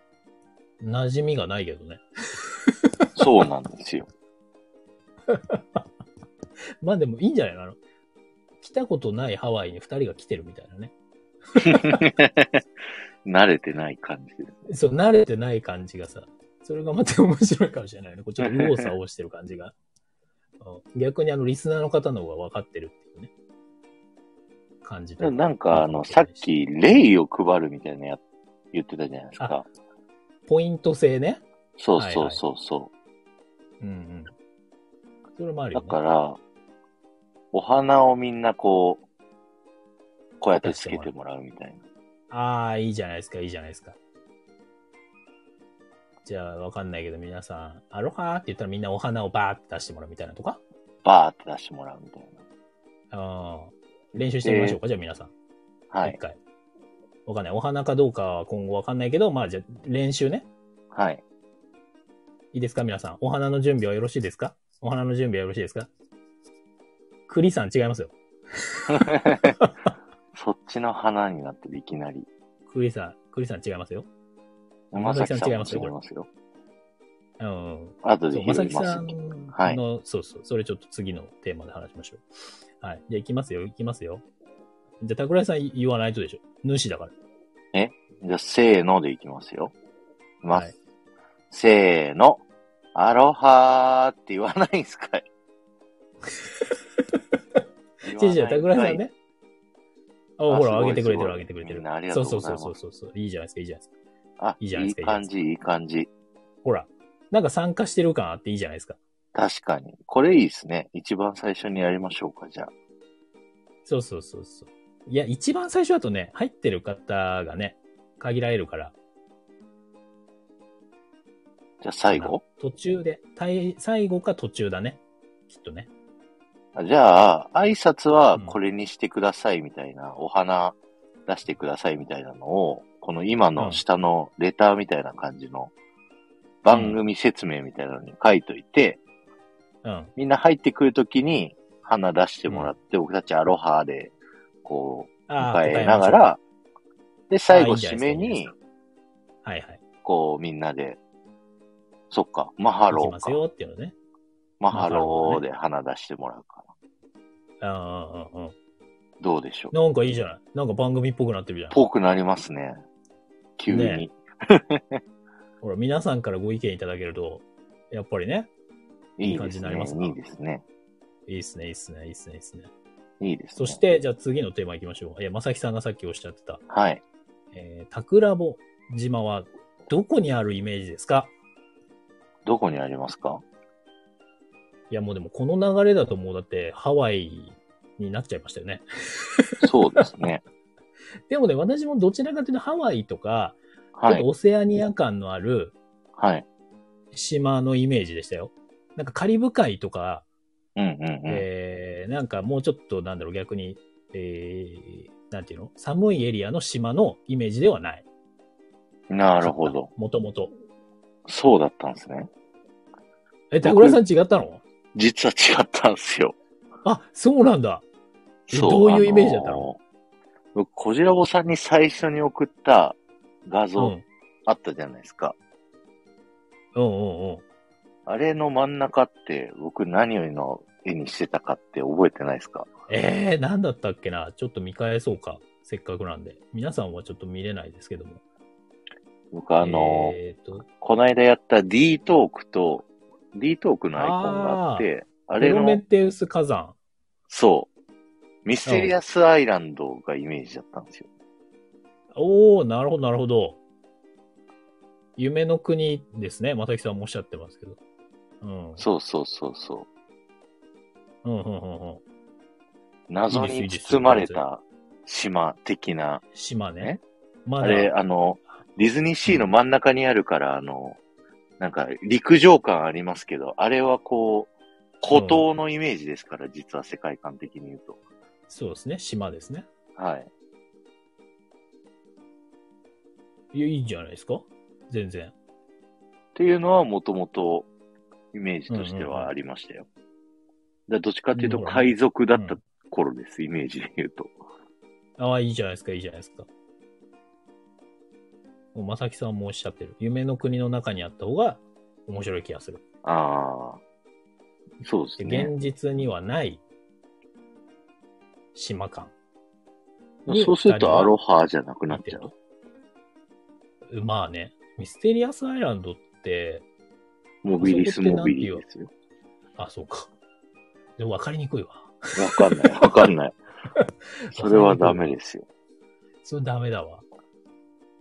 Speaker 2: 馴染みがないけどね。
Speaker 1: う。そうなんです よ。
Speaker 2: まあでもいいんじゃないかな。来たことないハワイに二人が来てるみたいなね。
Speaker 1: 慣れてない感じで
Speaker 2: そう、慣れてない感じがさ、それがまた面白いかもしれないね。こうちょっと右往左往してる感じが。うん逆にあの、リスナーの方の方が分かってるっていうね。感じ
Speaker 1: す。
Speaker 2: と
Speaker 1: なんかあの、さっき、レイを配るみたいなや言ってたじゃないですか。
Speaker 2: ポイント制ね。
Speaker 1: そうそうそうそ
Speaker 2: うんうん。それもあ
Speaker 1: う。
Speaker 2: るよ
Speaker 1: だ
Speaker 2: ね。
Speaker 1: から、お花をみんなこう、こうやってつけてもらうみたいな。
Speaker 2: ああ、いいじゃないですか、いいじゃないですか。じゃあ、わかんないけど、皆さん、アロハーって言ったらみんなお花をバーって出してもらうみたいなとか
Speaker 1: バーって出してもらうみたい
Speaker 2: あー練習してみましょうか、じゃあ皆さん。
Speaker 1: な。は
Speaker 2: 一
Speaker 1: い。
Speaker 2: 回。わかんない。お花かどうかは今後わかんないけど、まあじゃあ練習ね。
Speaker 1: はい。
Speaker 2: いいですか皆さん。お花の準備はよろしいですかお花の準備はよろしいですか栗さん違いますよ。
Speaker 1: そっちの花になってる、いきなり。
Speaker 2: 栗さん、栗さん違いますよ。
Speaker 1: まさきさんも違い
Speaker 2: ま
Speaker 1: ま
Speaker 2: さき
Speaker 1: す
Speaker 2: さん違い
Speaker 1: よ
Speaker 2: ま。うん。
Speaker 1: あと
Speaker 2: そ
Speaker 1: で
Speaker 2: う、
Speaker 1: 拾
Speaker 2: まさ
Speaker 1: い
Speaker 2: きさ
Speaker 1: ます
Speaker 2: ん
Speaker 1: けど。
Speaker 2: の、
Speaker 1: はい
Speaker 2: そうそう、それちょっと次のテーマで話しましょう。はい。じゃあ行きますよ、行きますよ。じゃあ、桜井さん言わないとでしょ。主だから。
Speaker 1: じゃあ、せーのでいきますよ。いきます。
Speaker 2: はい
Speaker 1: せーの。アロハーって言わないんすかい
Speaker 2: 違う違う、桜井さんね。あ、
Speaker 1: あ
Speaker 2: ほ
Speaker 1: す
Speaker 2: ら、
Speaker 1: ごい
Speaker 2: 上げてくれて
Speaker 1: す
Speaker 2: る、
Speaker 1: ごい
Speaker 2: 上げてくれてる。
Speaker 1: みんなありが
Speaker 2: そ
Speaker 1: と
Speaker 2: う
Speaker 1: う
Speaker 2: そ
Speaker 1: ござ
Speaker 2: う
Speaker 1: い
Speaker 2: そ
Speaker 1: ま
Speaker 2: う
Speaker 1: す
Speaker 2: そうそう。いいじゃないですか、いいじゃないですか。
Speaker 1: あ、
Speaker 2: い
Speaker 1: い
Speaker 2: いじゃないで
Speaker 1: い
Speaker 2: すか
Speaker 1: 感じ、いい感じ。
Speaker 2: ほら、なんか参加してる感あっていいじゃないですか。
Speaker 1: 確かに。これいいですね。一番最初にやりましょうか、じゃあ。
Speaker 2: そうそうそうそう。いや、一番最初だとね、入ってる方がね、限られるから、
Speaker 1: じゃあ、最後
Speaker 2: 途中で、最最後か途中だね。きっとね。
Speaker 1: あじゃあ、挨拶は
Speaker 2: うん
Speaker 1: これにしてくださいみたいな、お花出してくださいみたいなのを、この今
Speaker 2: うん
Speaker 1: の下のレターみたいな感じの番組説明みたいなのに書いといて、
Speaker 2: うん。
Speaker 1: みんな入ってくるときに花出してもらって、僕たちアロハで、こう、
Speaker 2: あー
Speaker 1: 迎えなが、
Speaker 2: 答えましょ
Speaker 1: ら、で、最後
Speaker 2: あーいいんじゃない
Speaker 1: 締
Speaker 2: ですか
Speaker 1: め
Speaker 2: いいんじ
Speaker 1: に
Speaker 2: ゃ、うはいはい。
Speaker 1: こう、みんなで、そっか、マハ
Speaker 2: 行き
Speaker 1: ロー
Speaker 2: ます
Speaker 1: か。
Speaker 2: よっていうのね。
Speaker 1: マハロ
Speaker 2: マハロー
Speaker 1: ー
Speaker 2: ね
Speaker 1: で花出してもらうかな。
Speaker 2: うんうんうんうん。
Speaker 1: どうでしょう。
Speaker 2: なんかいいじゃない。なんか番組っぽくなってるじゃん。
Speaker 1: ぽくなりますね。急に。
Speaker 2: ねほら、皆さんからご意見いただけると、やっぱりね、い
Speaker 1: い
Speaker 2: い
Speaker 1: い
Speaker 2: 感
Speaker 1: で
Speaker 2: じ
Speaker 1: す
Speaker 2: になり
Speaker 1: ね
Speaker 2: ます。か
Speaker 1: いいですね。
Speaker 2: いいっすね、いいっすね、いいっすね、いいっすね。
Speaker 1: いいですね。
Speaker 2: そし、て、じゃあ次のテーマいきましょう。え、まさきさんがさっきおっしゃってた、
Speaker 1: はい。
Speaker 2: えー、桜穂島はどこにあるイメージですか
Speaker 1: どこにありますか
Speaker 2: いいや、もうでもこの流れだともうだってハワイになっちゃいましたよね。
Speaker 1: そうですね。
Speaker 2: でもね、私もどちらかというとハワイとか、ちょ
Speaker 1: は
Speaker 2: っと
Speaker 1: い。
Speaker 2: オセアニア感のある
Speaker 1: はい。
Speaker 2: 島のイメージでしたよ。なんかカリブ海とか、
Speaker 1: うんうんうん。
Speaker 2: えーなんかもうちょっとなんだろう、逆に、えーなんていうの寒いエリアの島のイメージではない。
Speaker 1: なるほど。。
Speaker 2: もともと。
Speaker 1: そうだったんですね。
Speaker 2: え、田倉さん違ったの
Speaker 1: 実は違ったんですよ。
Speaker 2: あ、そうなんだ。え
Speaker 1: そう。
Speaker 2: どういうイメージだったの
Speaker 1: あー僕、こじらぼさんに最初に送った画
Speaker 2: うん。う
Speaker 1: 像
Speaker 2: ん
Speaker 1: あったじゃないですか。
Speaker 2: うんうん。
Speaker 1: あれの真ん中って、僕何よりの絵にしてたかって覚えてないですか
Speaker 2: えー、なんだったっけな。ちょっと見返そうか。せっかくなんで。皆さんはちょっと見れないですけども。
Speaker 1: 僕あの、
Speaker 2: えーと、
Speaker 1: こないだやった D トークと、D トークのアイコンがあって、あ
Speaker 2: あ
Speaker 1: れ
Speaker 2: ロメ
Speaker 1: の、
Speaker 2: テウス火山。
Speaker 1: そう、ミステリアスアイランドがイメージだったんですよ。
Speaker 2: おー、なるほど、なるほど。夢の国ですね。まさきさんもおっしゃってますけど。うん。
Speaker 1: そうそうそうそ
Speaker 2: うん、うん、うん、うん。
Speaker 1: う。謎
Speaker 2: いい
Speaker 1: に
Speaker 2: です
Speaker 1: 包まれた島的な、
Speaker 2: 島ね
Speaker 1: ね。
Speaker 2: ま
Speaker 1: あ
Speaker 2: だ、
Speaker 1: れ、あの、ディズニーシーの真ん中にあるから、あの、なんか陸上感ありますけど、あれはこう、孤島のイメージですから、実は世界観的に言うと。
Speaker 2: そうですね、島ですね。
Speaker 1: はい。
Speaker 2: いや、いいんじゃないですか全然。
Speaker 1: っていうのはもともとイメージとしてはありましたよ。だからどっちかっていうと
Speaker 2: うん
Speaker 1: 海賊だった頃です、イメージで言うと。
Speaker 2: ああ、いいじゃないですか、いいじゃないですか。もう、まさきさんもおっしゃってる。夢の国の中にあった方が面白い気がする。
Speaker 1: ああ。そうです
Speaker 2: で
Speaker 1: ね。
Speaker 2: 現実にはない島感。
Speaker 1: そうするとアロハじゃなくなっちゃう。
Speaker 2: う。まあね、ミステリアスアイランドって、
Speaker 1: モビリス、
Speaker 2: あそこって
Speaker 1: モビリですよ。
Speaker 2: あ、そうか。でも分かりにくいわ。
Speaker 1: わかんない、わかんない。 それはダメですよ。
Speaker 2: それダメだわ。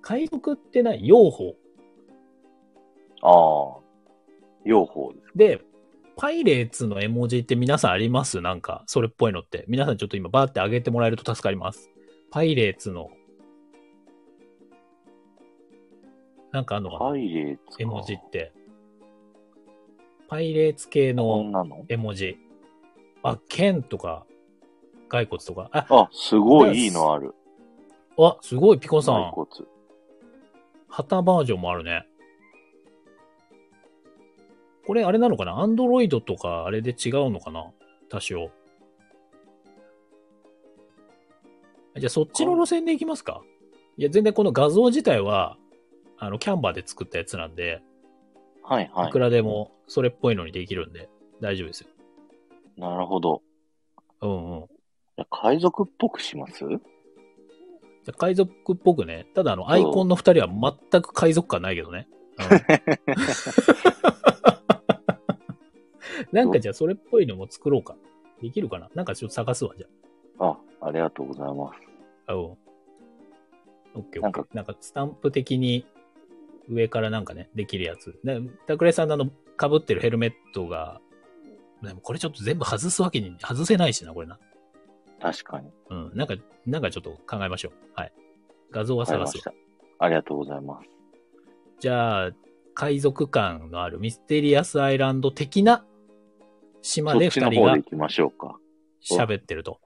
Speaker 2: 海賊ってない養蜂。
Speaker 1: ああ。用法です。
Speaker 2: で、パイレーツの絵文字って皆さんありますなんか、それっぽいのって。皆さんちょっと今バーって上げてもらえると助かります。パイレーツの、なんかあんのかな、
Speaker 1: パイレーツか。
Speaker 2: 絵文字って。パイレーツ系
Speaker 1: こ
Speaker 2: の
Speaker 1: んなの
Speaker 2: 絵文字。あ、剣とか、骸骨とか。あ、
Speaker 1: あ、すごいいいのある。
Speaker 2: あすごい、ピコさ
Speaker 1: 骸
Speaker 2: ん。
Speaker 1: 骨。
Speaker 2: 旗バージョンもあるね。これあれなのかなアンドロイドとかあれで違うのかな多少。じゃあそっちの路線でいきますかいや、全然この画像自体は、あの、キャンバーで作ったやつなんで、
Speaker 1: はいはい
Speaker 2: いく。らでもそれっぽいのにできるんで、大丈夫ですよ。
Speaker 1: なるほど。
Speaker 2: うんうん。
Speaker 1: いや海賊っぽくします
Speaker 2: じゃあ海賊っぽくね。ただあの、アイコンの二人は全く海賊感ないけどね。うんなんかじゃあそれっぽいのも作ろうか。できるかななんかちょっと探すわ、じゃ
Speaker 1: あ、ありがとうございます。
Speaker 2: あ。うん。オッケーオ
Speaker 1: な
Speaker 2: ッ
Speaker 1: ん
Speaker 2: ケー
Speaker 1: か。
Speaker 2: なんかスタンプ的に上からなんかね、できるやつ。で、拓井さんのあの、被ってるヘルメットが、でもこれちょっと全部外すわけに、外せないしな、これな。
Speaker 1: 確かに。
Speaker 2: うん。なんか、なんかちょっと考えましょう。はい。画像は
Speaker 1: わかり
Speaker 2: 探
Speaker 1: ます
Speaker 2: わ
Speaker 1: し。た。ありがとうございます。
Speaker 2: じゃあ、海賊感のあるミステリアスアイランド的な島
Speaker 1: そ
Speaker 2: で
Speaker 1: っち
Speaker 2: 二
Speaker 1: の
Speaker 2: 人
Speaker 1: 方
Speaker 2: が
Speaker 1: で行きましょうか。
Speaker 2: 喋ってると。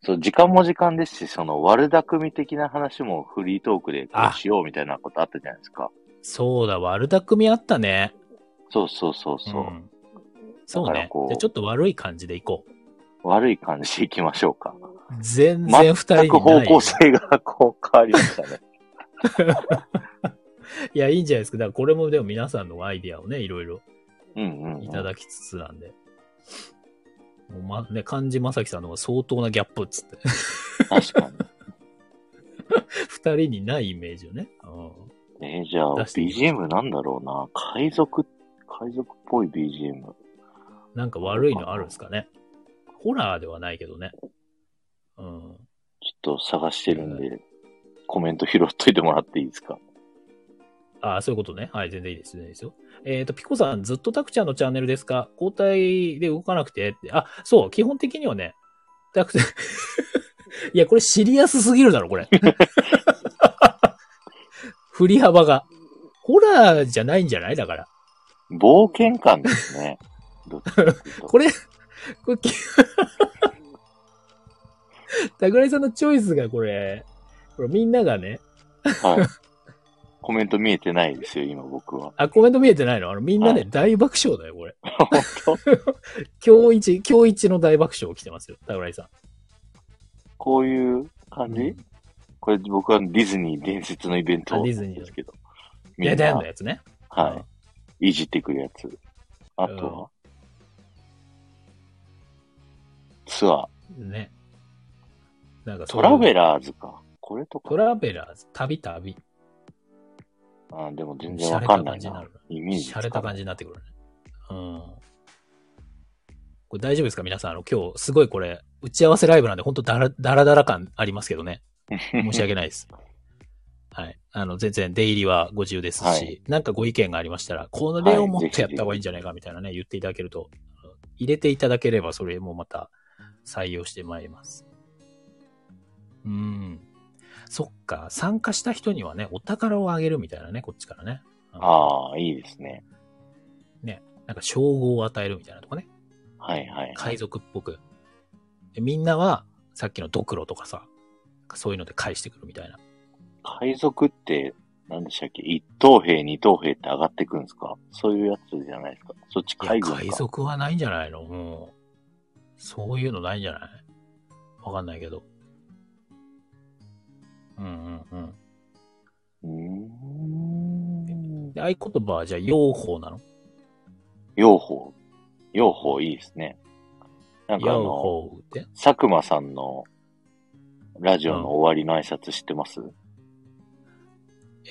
Speaker 1: そう、時間も時間ですし、その悪巧み的な話もフリートークでこ
Speaker 2: あ
Speaker 1: うしようみたいなことあったじゃないですか。
Speaker 2: そうだ、悪巧みあったね。
Speaker 1: そうそうそうそう、
Speaker 2: んそう
Speaker 1: だか
Speaker 2: ね
Speaker 1: らこ。う
Speaker 2: じゃあちょっと悪い感じでいこう。
Speaker 1: 悪い感じで行きましょうか。
Speaker 2: 全然二人
Speaker 1: 全
Speaker 2: に
Speaker 1: く方
Speaker 2: ない。
Speaker 1: 向性がこう変わりましたね。
Speaker 2: いや、いいんじゃないですか。だからこれもでも皆さんのアイディアをね、いろいろ
Speaker 1: うんうん、うん。
Speaker 2: いただきつつなんで。もうま、ね、漢字まさきさんの方が相当なギャップっつって。
Speaker 1: 確か
Speaker 2: 二人にないイメージよね。うん
Speaker 1: に。えーじゃあ、
Speaker 2: 出していきましょ
Speaker 1: BGM なんだろうな。海賊、海賊っぽい BGM。
Speaker 2: なんか悪いのあるんですかね。ホラーではないけどね。うん。
Speaker 1: ちょっと探してるんで、コメント拾っといてもらっていいですか。
Speaker 2: ああ、そういうことね。はい、全然いいです。全然いいですよ。えっ、と、ピコさん、ずっとタクちゃんのチャンネルですか交代で動かなくてってあ、そう、基本的にはね、タクちゃん いや、これシリアスすぎるだろ、これ。 振り幅が。ホラーじゃないんじゃないだから。
Speaker 1: 冒険感です ね。どっちかっていうと
Speaker 2: これ、これ、 き桜井さんのチョイスがこれ、これみんながね、
Speaker 1: はい。コメント見えてないですよ、今僕は。
Speaker 2: あ、コメント見えてないのあの、みんなね、
Speaker 1: は
Speaker 2: 大爆笑だよ、これ。
Speaker 1: 本当
Speaker 2: 今日一、今日一の大爆笑起きてますよ、桜井さん。
Speaker 1: こういう感じ、これ僕はディズニー伝説のイベント
Speaker 2: あディズニーの
Speaker 1: ですけど。みんな
Speaker 2: デデンのやつね。
Speaker 1: は。い。いじってくるやつ。あとは、ツアー。
Speaker 2: ね。なんか
Speaker 1: ト
Speaker 2: そういう
Speaker 1: ラベラーズか。これとか
Speaker 2: ト。ラベラーズ、旅旅。
Speaker 1: あーでも全然わかんないな。イメージつ
Speaker 2: 洒落
Speaker 1: か
Speaker 2: た
Speaker 1: ない。
Speaker 2: 感じになってくるね。うん。これ大丈夫ですか皆さん、あの、今日、すごいこれ、打ち合わせライブなんで、本当だら、だらだら感ありますけどね。申し訳な いです。はい。あの、全然出入りはご自由ですし、
Speaker 1: はい
Speaker 2: なんかご意見がありましたら、これをもっとやった方がいいんじゃないかみたいなね、言っていただけると、あの入れていただければ、それもまた採用してまいります。うん。そっか、参加した人にはね、お宝をあげるみたいなね、こっちからね。
Speaker 1: ああ、いいですね。
Speaker 2: なんか称号を与えるみたいなとかね。
Speaker 1: はいはい。
Speaker 2: 海賊っぽく。でみんなは、さっきのドクロとかさ、なんかそういうので返してくるみたいな。
Speaker 1: 海賊って、何でしたっけ一等兵、二等兵って上がってくんですかそういうやつじゃないですかそっち
Speaker 2: いや
Speaker 1: 海軍か。
Speaker 2: 海賊はないんじゃないのもう。そういうのないんじゃないわかんないけど。うんうんう
Speaker 1: う
Speaker 2: ん。
Speaker 1: ーん。
Speaker 2: で、合言葉はじゃあ、用法なの
Speaker 1: 用法。用法いいですね。なんかあ
Speaker 2: 用
Speaker 1: の、
Speaker 2: 法って
Speaker 1: 佐久間さんのラジオの終わりの挨拶知ってます、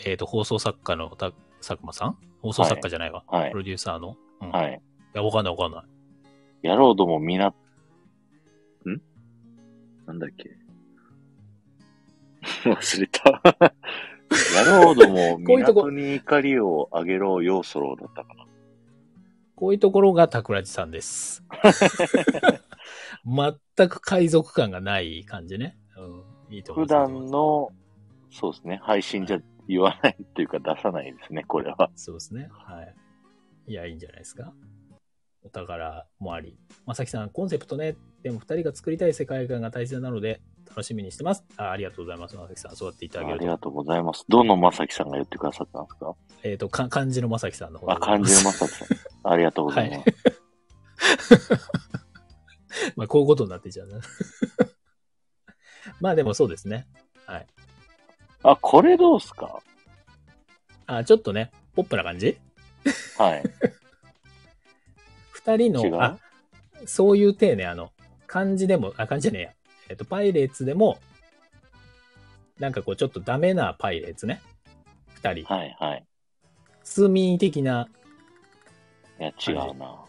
Speaker 2: えっ、と、放送作家のた佐久間さん放送作家じゃないわ。
Speaker 1: はい
Speaker 2: プ。ロデューサーの。うん、い。
Speaker 1: はい。
Speaker 2: や、わかんないわかんない。
Speaker 1: やろうどもみな、んなんだっけ 忘れた。 やろうども
Speaker 2: こういうと
Speaker 1: 港
Speaker 2: こ
Speaker 1: に怒りをあげろよう そろうだったかな。
Speaker 2: こういうところが桜地さ んです。 全く海賊感がない感じね。うん、いいと思
Speaker 1: 普
Speaker 2: いますいいと
Speaker 1: 段
Speaker 2: 思います
Speaker 1: の、そうですね、配信じゃ言わないっていうか出さない ですね、これは。
Speaker 2: そうですね。はい。いや、いいんじゃないですか。お宝もあり。まさきさん、コンセプトね。でも、二人が作りたい世界観が大切なので、楽しみにしてます。あありがとうございます。まさきさん、そうやっていただけ
Speaker 1: あ
Speaker 2: る
Speaker 1: り
Speaker 2: と。
Speaker 1: がとうございます。どのまさきさんが言ってくださったんですか
Speaker 2: えっ、とか、漢字のまさきさんの方
Speaker 1: あ、漢字のまさき さん。ありがとうございます。
Speaker 2: まあ、こういうことになってちゃうな。 まあ、でもそうですね。
Speaker 1: あ、これどうっすか
Speaker 2: あ、ちょっとね、ポップな感じ
Speaker 1: はい。
Speaker 2: 二人
Speaker 1: 違う
Speaker 2: の、あ、そういう体ね、あの、漢字でも、あ、漢字じゃねえや。えっ、と、パイレーツでも、なんかこう、ちょっとダメなパイレーツね。二人。
Speaker 1: はいはい。
Speaker 2: スミー的な、
Speaker 1: いや、違うな。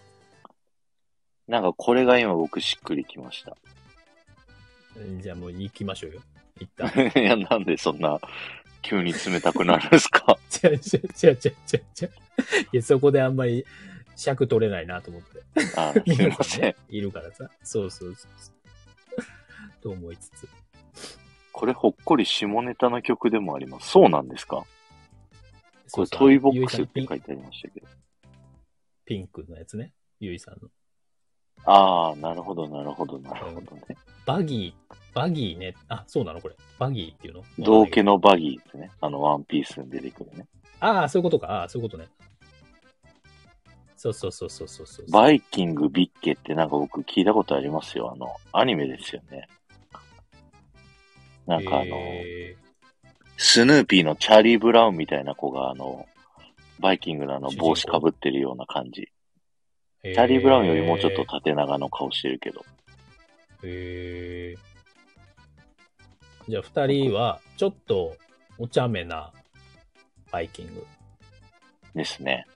Speaker 1: なんかこれが今僕しっくりきました。
Speaker 2: じゃあもう行きましょうよ。一 旦。
Speaker 1: いや、なんでそんな、急に冷たくなるんですか
Speaker 2: 違う違う違う違う違う違う。いや、そこであんまり尺取れないなと思って。
Speaker 1: あーすいません。。
Speaker 2: いるからさ。そうそうそうそう。と思いつつ。
Speaker 1: これほっこり下ネタの曲でもあります。そうなんですかこ
Speaker 2: そう
Speaker 1: れ
Speaker 2: そう
Speaker 1: トイボックス
Speaker 2: ゆ
Speaker 1: っ
Speaker 2: いさんピ
Speaker 1: て
Speaker 2: ン
Speaker 1: 書いてありましたけど。
Speaker 2: ピンクのやつね。ゆいさんの。
Speaker 1: ああ、なるほど、なるほど、なるほどね。
Speaker 2: バギー、バギーね。あ、そうなのこれ。バギーっていうの
Speaker 1: 道家のバギーですね。あの、ワンピースに出てくるね。
Speaker 2: ああ、そういうことか。ああ、そういうことね。そうそうそうそうそうそう。
Speaker 1: バイキングビッケってなんか僕聞いたことありますよ。あの、アニメですよね。なんかあの、
Speaker 2: え
Speaker 1: スヌーピーのチャーリー・ブラウンみたいな子があの、バイキングのあの帽子かぶってるような感じ。
Speaker 2: ー
Speaker 1: チャーリー・ブラウンよりもうちょっと縦長の顔してるけど。
Speaker 2: へえ。じゃあ、二人は、ちょっと、お茶目な、バイキング。
Speaker 1: ですね。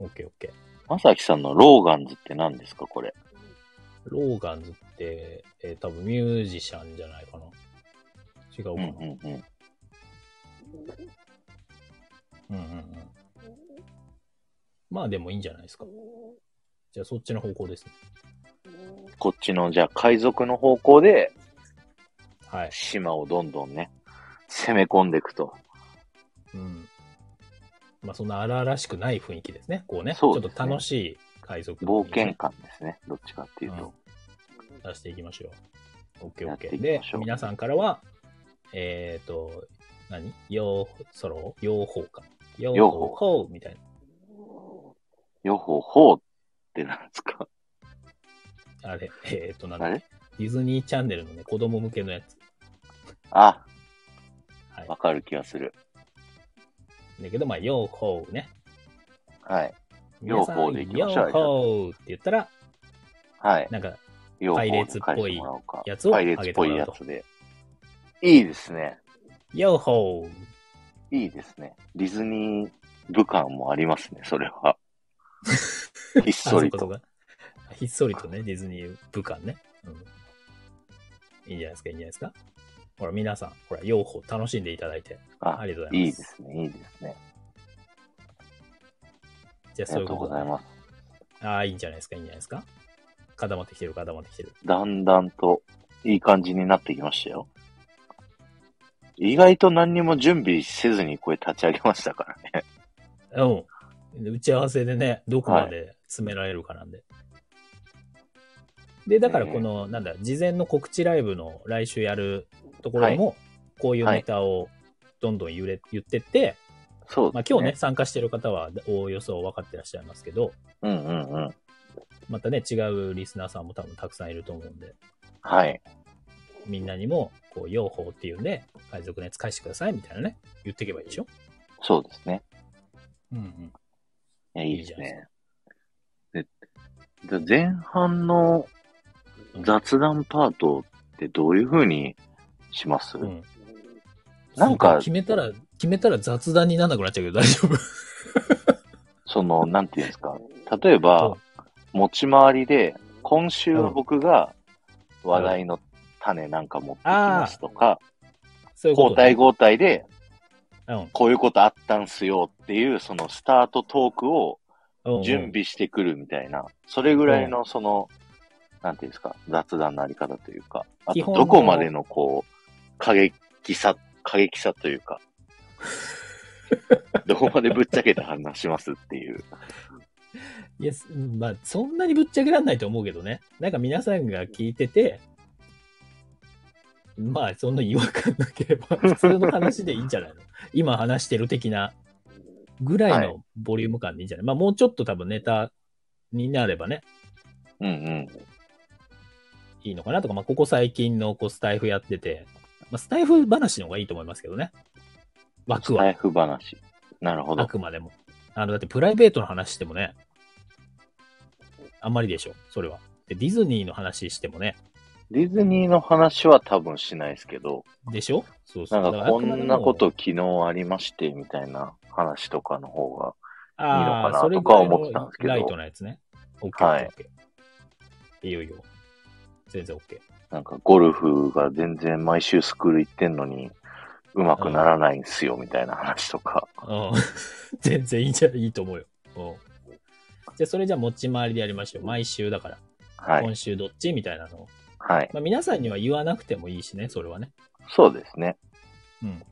Speaker 2: オッケーオッケー。
Speaker 1: まさきさんのローガンズって何ですかこれ。
Speaker 2: ローガンズって、えー多分ミュージシャンじゃないかな。違う
Speaker 1: うん
Speaker 2: かな。
Speaker 1: うんうん。
Speaker 2: うん、うんうんうん。まあでもいいんじゃないですか。じゃあそっちの方向ですね。
Speaker 1: こっちの、じゃあ、海賊の方向で、
Speaker 2: はい。
Speaker 1: 島をどんどんね、攻め込んでいくと。
Speaker 2: うん。まあそんな荒々しくない雰囲気ですね。こうね。
Speaker 1: そうです
Speaker 2: ち
Speaker 1: ね
Speaker 2: ょっと楽しい海賊の
Speaker 1: 冒
Speaker 2: 雰囲気ね、
Speaker 1: 険感ですね。どっちかっていうと。
Speaker 2: うん出していきましょう。OK、
Speaker 1: やってい
Speaker 2: OK。
Speaker 1: き
Speaker 2: で
Speaker 1: ましょ、う
Speaker 2: 皆さんからは、えっ、ー、と、何用、ソロ用法か。用
Speaker 1: 用
Speaker 2: 法法みたい
Speaker 1: よほほうってなんですか
Speaker 2: な。あれ、えっ、ー、と、なん
Speaker 1: あ
Speaker 2: だ
Speaker 1: れ
Speaker 2: ディズニーチャンネルのね、子供向けのやつ。
Speaker 1: あ、
Speaker 2: はい
Speaker 1: わかる気がする。
Speaker 2: だけど、まあ、用法ね。
Speaker 1: はい。
Speaker 2: 皆さん
Speaker 1: 用法でいきましょう
Speaker 2: 用法って言ったら、
Speaker 1: はい。
Speaker 2: なんか、
Speaker 1: よ
Speaker 2: パイレーツっぽい
Speaker 1: 返してもらおうか
Speaker 2: やつを
Speaker 1: パイレーツっぽいやつで。いいですね。
Speaker 2: 用法
Speaker 1: いいですね。ディズニー部感もありますね、それ は。ひっ
Speaker 2: あ
Speaker 1: そり
Speaker 2: そう
Speaker 1: と。
Speaker 2: かそうかあひっそりとね、ディズニー部下ね。うん。いいんじゃないですか、いいんじゃないですか。ほら、皆さん、ほら、用法楽しんでいただいて、
Speaker 1: あ
Speaker 2: ありがとうござい
Speaker 1: い
Speaker 2: ます。
Speaker 1: いですね、いいですね。
Speaker 2: じゃあ、
Speaker 1: あ
Speaker 2: そう
Speaker 1: りが
Speaker 2: いう
Speaker 1: とう
Speaker 2: こ
Speaker 1: ご
Speaker 2: と
Speaker 1: ざい
Speaker 2: で。
Speaker 1: ます。
Speaker 2: ああ、いいんじゃないですか、いいんじゃないですか。固まってきてる、固まってきてる。
Speaker 1: だんだんといい感じになってきましたよ。意外と何にも準備せずにこれ立ち上げましたからね。
Speaker 2: うん。打ち合わせでね、どこまで詰められるかなんで。で、だからこの、なんだ、事前の告知ライブの来週やるところでも、こういうネタをどんどん言れ言ってって、
Speaker 1: そう
Speaker 2: まあ
Speaker 1: で、す
Speaker 2: 今日ね、。参加してる方はおおよそ分かってらっしゃいますけど、
Speaker 1: うんうんうん。
Speaker 2: またね、違うリスナーさんも多分たくさんいると思うんで、
Speaker 1: はい。
Speaker 2: みんなにも、こう、用法っていうんで、海賊のやつ返してくださいみたいなね、言っていけばいいでしょ。
Speaker 1: そうですね。
Speaker 2: うんうん。
Speaker 1: いやいいです
Speaker 2: いいじ
Speaker 1: ね。でで前半の雑談パートってどういう風にします、
Speaker 2: うん。
Speaker 1: なんか
Speaker 2: 決めたら、決めたら雑談にならなくなっちゃうけど大丈夫。
Speaker 1: その、なんていうんですか。例えば、持ち回りで、今週は僕が話題の種なんか持ってきますとか、
Speaker 2: そういうこ
Speaker 1: 交
Speaker 2: と、
Speaker 1: 代交代で
Speaker 2: うん
Speaker 1: こういうことあったんすよっていう、そのスタートトークを
Speaker 2: うんうん。
Speaker 1: 準備してくるみたいな、それぐらいのその、なんていうんですか、雑談のあり方というか、あ
Speaker 2: 基
Speaker 1: と
Speaker 2: 本の
Speaker 1: どこまでのこう、過激さ、過激さという か、どこまでぶっちゃけた話しますっていう。
Speaker 2: いや、すまあ、そんなにぶっちゃけらんないと思うけどね。なんか皆さんが聞いてて、まあ、そんな違和感なければ、普通の話でいいんじゃないの今話してる的なぐらい
Speaker 1: は
Speaker 2: のボリューム感でいいんじゃない、まあ、もうちょっと多分ネタになればね、
Speaker 1: うんうん。
Speaker 2: いいのかなとか、まあ、ここ最近のこうスタイフやってて、まあ、スタイフ話の方がいいと思いますけどね。枠は、
Speaker 1: 財布話。なるほ
Speaker 2: あ
Speaker 1: ど。
Speaker 2: くまでも。あの、だってプライベートの話してもね、あんまりでしょ、それは。で、ディズニーの話してもね、
Speaker 1: ディズニーの話は多分しないですけど、
Speaker 2: でしょそうそ
Speaker 1: な
Speaker 2: う。
Speaker 1: ん
Speaker 2: だ
Speaker 1: からこんなこ
Speaker 2: あ
Speaker 1: と昨日ありましてみたいな話とかの方が、
Speaker 2: くまでも、あ
Speaker 1: いいのか
Speaker 2: あ
Speaker 1: な
Speaker 2: それ
Speaker 1: と
Speaker 2: ぐら
Speaker 1: か
Speaker 2: いの
Speaker 1: 思ってたんですけど
Speaker 2: ライトなやつね。オッケー
Speaker 1: はい
Speaker 2: オッケーオッケーいいよいいよ。全然オッケ
Speaker 1: なんかゴルフが全然毎週スクール行ってんのに、うまくならないんすよ、みたいな話とか。
Speaker 2: ー。うん。 全然いいじゃん、いいと思うよ。うん。じゃあ、それじゃあ持ち回りでやりましょう。毎週だから。
Speaker 1: はい。
Speaker 2: 今週どっちみたいなのを。
Speaker 1: はい。
Speaker 2: まあ、皆さんには言わなくてもいいしね、それはね。
Speaker 1: そうですね。
Speaker 2: うん。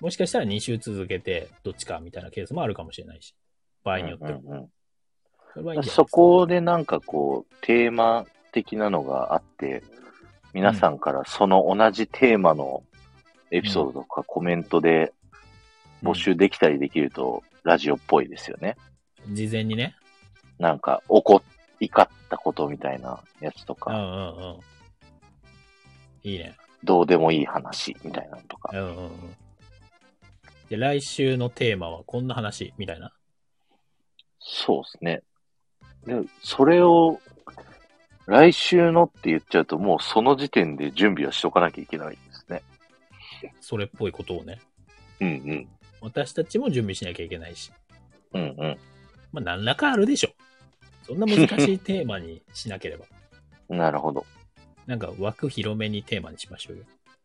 Speaker 2: もしかしたら2週続けて、どっちかみたいなケースもあるかもしれないし。場合によっては。
Speaker 1: うんうん
Speaker 2: それはいい
Speaker 1: うん
Speaker 2: んじゃないですか
Speaker 1: そこでなんかこう、テーマ的なのがあって、皆さんからその同じテーマのエピソードとかコメントで募集できたりできると、ラジオっぽいですよね。
Speaker 2: うん事前にね。
Speaker 1: なんか、怒っ、怒ったことみたいなやつと
Speaker 2: うんう
Speaker 1: か、
Speaker 2: んうん。いいね。
Speaker 1: どうでもいい話みたいなのとか
Speaker 2: う。んうんうん。で、来週のテーマはこんな話、みたいな。
Speaker 1: そうですね。で、それを、来週のって言っちゃうと、もうその時点で準備はしとかなきゃいけないですね。
Speaker 2: それっぽいことをね。
Speaker 1: うん
Speaker 2: 私たちも準備しなきゃいけないし。
Speaker 1: うん。うんうん。
Speaker 2: まあ、何らかあるでしょ。そんな難しいテーマにしなければ。
Speaker 1: なるほど。
Speaker 2: なんか枠広めにテーマにしましょうよ。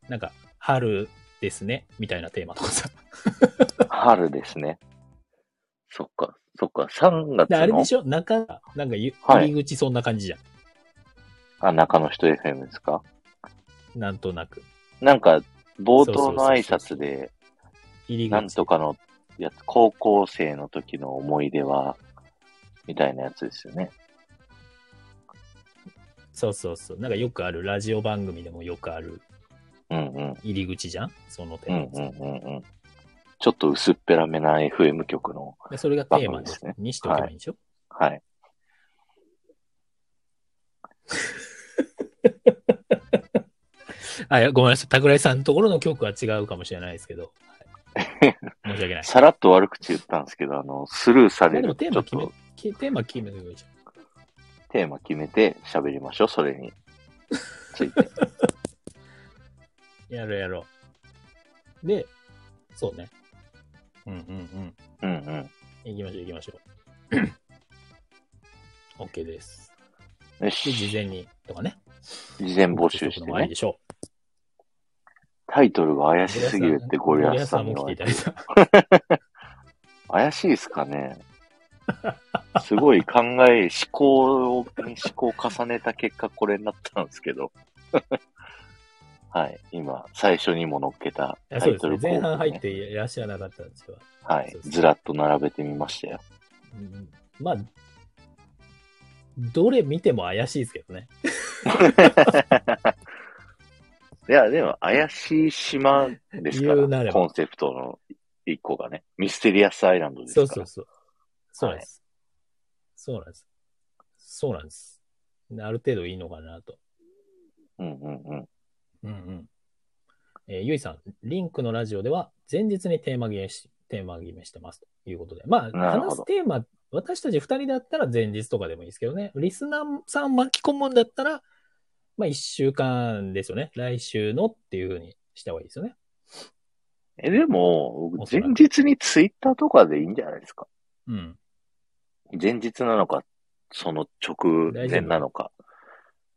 Speaker 2: なんか、春ですね、みたいなテーマとかさ。
Speaker 1: 春ですね。そっか、そっか、3月
Speaker 2: で、あれ
Speaker 1: の
Speaker 2: でしょ中、なんかゆ、
Speaker 1: はい
Speaker 2: 入り口そんな感じじゃん。
Speaker 1: あ中の人 FM ですか
Speaker 2: なんとなく。
Speaker 1: なんか、冒頭の挨拶で、
Speaker 2: 入り
Speaker 1: なん
Speaker 2: 口。
Speaker 1: とかのやつ、高校生の時の思い出は、みたいなやつですよね。
Speaker 2: そうそうそう。なんかよくある、ラジオ番組でもよくある
Speaker 1: うんうん。
Speaker 2: 入り口じゃんそのテ
Speaker 1: うん
Speaker 2: ー
Speaker 1: うん
Speaker 2: マ。
Speaker 1: うんうん。ちょっと薄っぺらめな FM 局の、
Speaker 2: でそれがテーマに
Speaker 1: あそうですね
Speaker 2: にしとけばいいんでしょ、
Speaker 1: はい。
Speaker 2: あ、いや、ごめんなさい。桜井さんのところの曲は違うかもしれないですけど。 はい申し訳ない。
Speaker 1: さらっと悪口言ったんですけど、あの、スルーさ
Speaker 2: まあ
Speaker 1: れ
Speaker 2: で
Speaker 1: る。
Speaker 2: も
Speaker 1: ち
Speaker 2: テー
Speaker 1: ょ
Speaker 2: マ
Speaker 1: っ
Speaker 2: 決め
Speaker 1: と、
Speaker 2: きテーマ決めてくれじゃ
Speaker 1: テーマ決めて喋りましょう、それに。ついて。
Speaker 2: ん。やろうやろう。で、そうね。うんうん
Speaker 1: うんうん。
Speaker 2: うん。行きましょう行き ましょう。OK です。
Speaker 1: よ
Speaker 2: で、事
Speaker 1: し。
Speaker 2: 前にとかね。
Speaker 1: 事前募集して
Speaker 2: もあり
Speaker 1: ね
Speaker 2: で。しょ
Speaker 1: タイトルが
Speaker 2: う。
Speaker 1: 怪しすぎるってゴリアスさん
Speaker 2: ゴ
Speaker 1: に
Speaker 2: リ
Speaker 1: は
Speaker 2: アスさんも来てい ただいた。
Speaker 1: 怪しいですか ねすごい考え、思考をに思考を重ねた結果、これになったんですけど。 はい。今、最初にも乗っけた
Speaker 2: いや
Speaker 1: タ
Speaker 2: そう
Speaker 1: イ
Speaker 2: で
Speaker 1: ト
Speaker 2: す
Speaker 1: ル候補、ね。
Speaker 2: ね。前半入っていらっしゃらなかったんですよ。
Speaker 1: はい
Speaker 2: そう。ですね
Speaker 1: ずらっと並べてみましたよ。
Speaker 2: うんまあ、どれ見ても怪しいですけどね。
Speaker 1: いや、でも、怪しい島ですか
Speaker 2: 言うなれ
Speaker 1: ら、
Speaker 2: ば
Speaker 1: コンセプトの一個がね、ミステリアスアイランドですか
Speaker 2: そう
Speaker 1: ら。
Speaker 2: そうそう。そうなんです。そうなんです。そうなんです。ある程度いいのかなと。
Speaker 1: うんうんうん。
Speaker 2: うんうん。えーゆいさん、リンクのラジオでは前日にテーマ決めし、テーマ決めしてますということで。まあ、
Speaker 1: なるほど
Speaker 2: 話すテーマ、私たち二人だったら前日とかでもいいですけどね。リスナーさん巻き込むんだったら、まあ一週間ですよね。来週のっていうふうにした方がいいですよね。
Speaker 1: え、でも、
Speaker 2: お
Speaker 1: 僕
Speaker 2: そ
Speaker 1: 前
Speaker 2: らく
Speaker 1: 日にツイッターとかでいいんじゃないですか
Speaker 2: うん。
Speaker 1: 前日なのか、その直前なのか。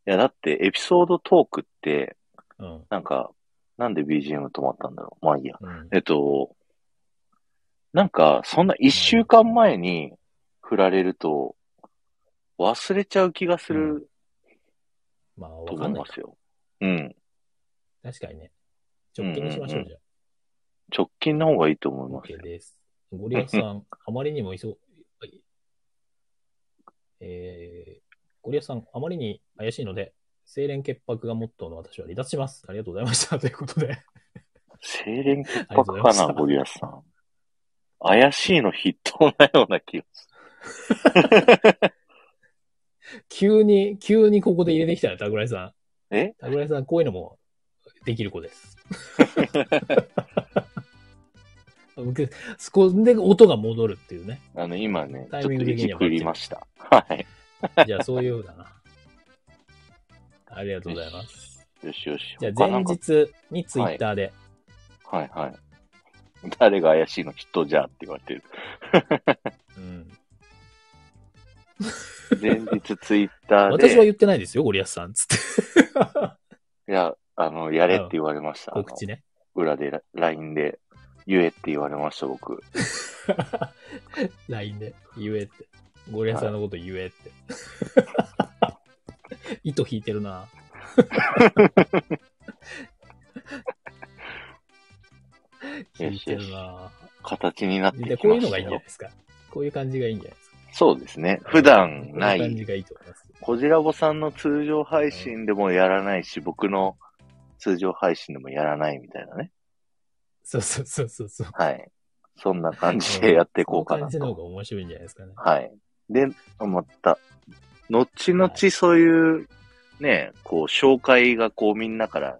Speaker 1: いや、だってエピソードトークって、
Speaker 2: うん。
Speaker 1: なんか、なんで BGM 止まったんだろう。まあいいや。
Speaker 2: うん、
Speaker 1: えっと、なんか、そんな一週間前に振られると、忘れちゃう気がする
Speaker 2: まあ、
Speaker 1: と
Speaker 2: わ
Speaker 1: 思
Speaker 2: か
Speaker 1: い
Speaker 2: んな
Speaker 1: ま
Speaker 2: いか。
Speaker 1: すよ。うん。
Speaker 2: 確かにね。直近にしましょう、
Speaker 1: うんうんうん
Speaker 2: じゃあ。
Speaker 1: 直近の方がいいと思います
Speaker 2: OK
Speaker 1: よ。
Speaker 2: です。ゴリアスさん、あまりにも忙、はいえー、ゴリアスさん、あまりに怪しいので、清廉潔白がモットーの私は離脱します。ありがとうございました。と いうことで、
Speaker 1: 清廉潔
Speaker 2: ありがと
Speaker 1: 白
Speaker 2: うございま
Speaker 1: か
Speaker 2: した
Speaker 1: な、ゴリアスさん。怪しいの筆頭なような気がする。
Speaker 2: 急に、急にここで入れてきたね、タグライさん。
Speaker 1: え
Speaker 2: タグライさん、こういうのもできる 子です。僕そこで音が戻るっていうね。
Speaker 1: あの、今ね、ちょ
Speaker 2: タ
Speaker 1: っ
Speaker 2: イ
Speaker 1: と
Speaker 2: ミング
Speaker 1: い
Speaker 2: 的
Speaker 1: じ
Speaker 2: には
Speaker 1: くりました。はい。
Speaker 2: じゃあ、そういうふう だな。ありがとうございます。
Speaker 1: よしよし。
Speaker 2: じゃあ、
Speaker 1: 他な
Speaker 2: 前
Speaker 1: んか
Speaker 2: 日にツイッターで、
Speaker 1: はいはい。誰が怪しいの人じゃあって言われてる。
Speaker 2: うん。
Speaker 1: 前日ツイッターで。
Speaker 2: 私は言ってないですよ、ゴリアスさん、つって。
Speaker 1: いや、あの、やれって言われました。あの
Speaker 2: 告知ね。
Speaker 1: 裏でラ、LINE で、言えって言われました、僕。
Speaker 2: LINE で、言えって。ゴリアスさんのこと言えって。 糸引いて るな。引いてるな。
Speaker 1: 形になってきま
Speaker 2: で、
Speaker 1: した
Speaker 2: こ
Speaker 1: よ
Speaker 2: ういうのがいいんじゃないですか。こういう感じがいいんじゃないですか。
Speaker 1: そうですね。普段な
Speaker 2: こういう感じ
Speaker 1: い、
Speaker 2: がいいと思います。
Speaker 1: こじらぼさんの通常配信でもやらないし、僕の通常配信でもやらないみたいなね。
Speaker 2: そうそうそうそうそう。
Speaker 1: はい。そんな感じでやっていこうか
Speaker 2: こ
Speaker 1: な
Speaker 2: の感じの方
Speaker 1: と。
Speaker 2: が面白いんじゃないですかね。
Speaker 1: はい。で、また、後々そういう、ね、こう、紹介がこう、みんなから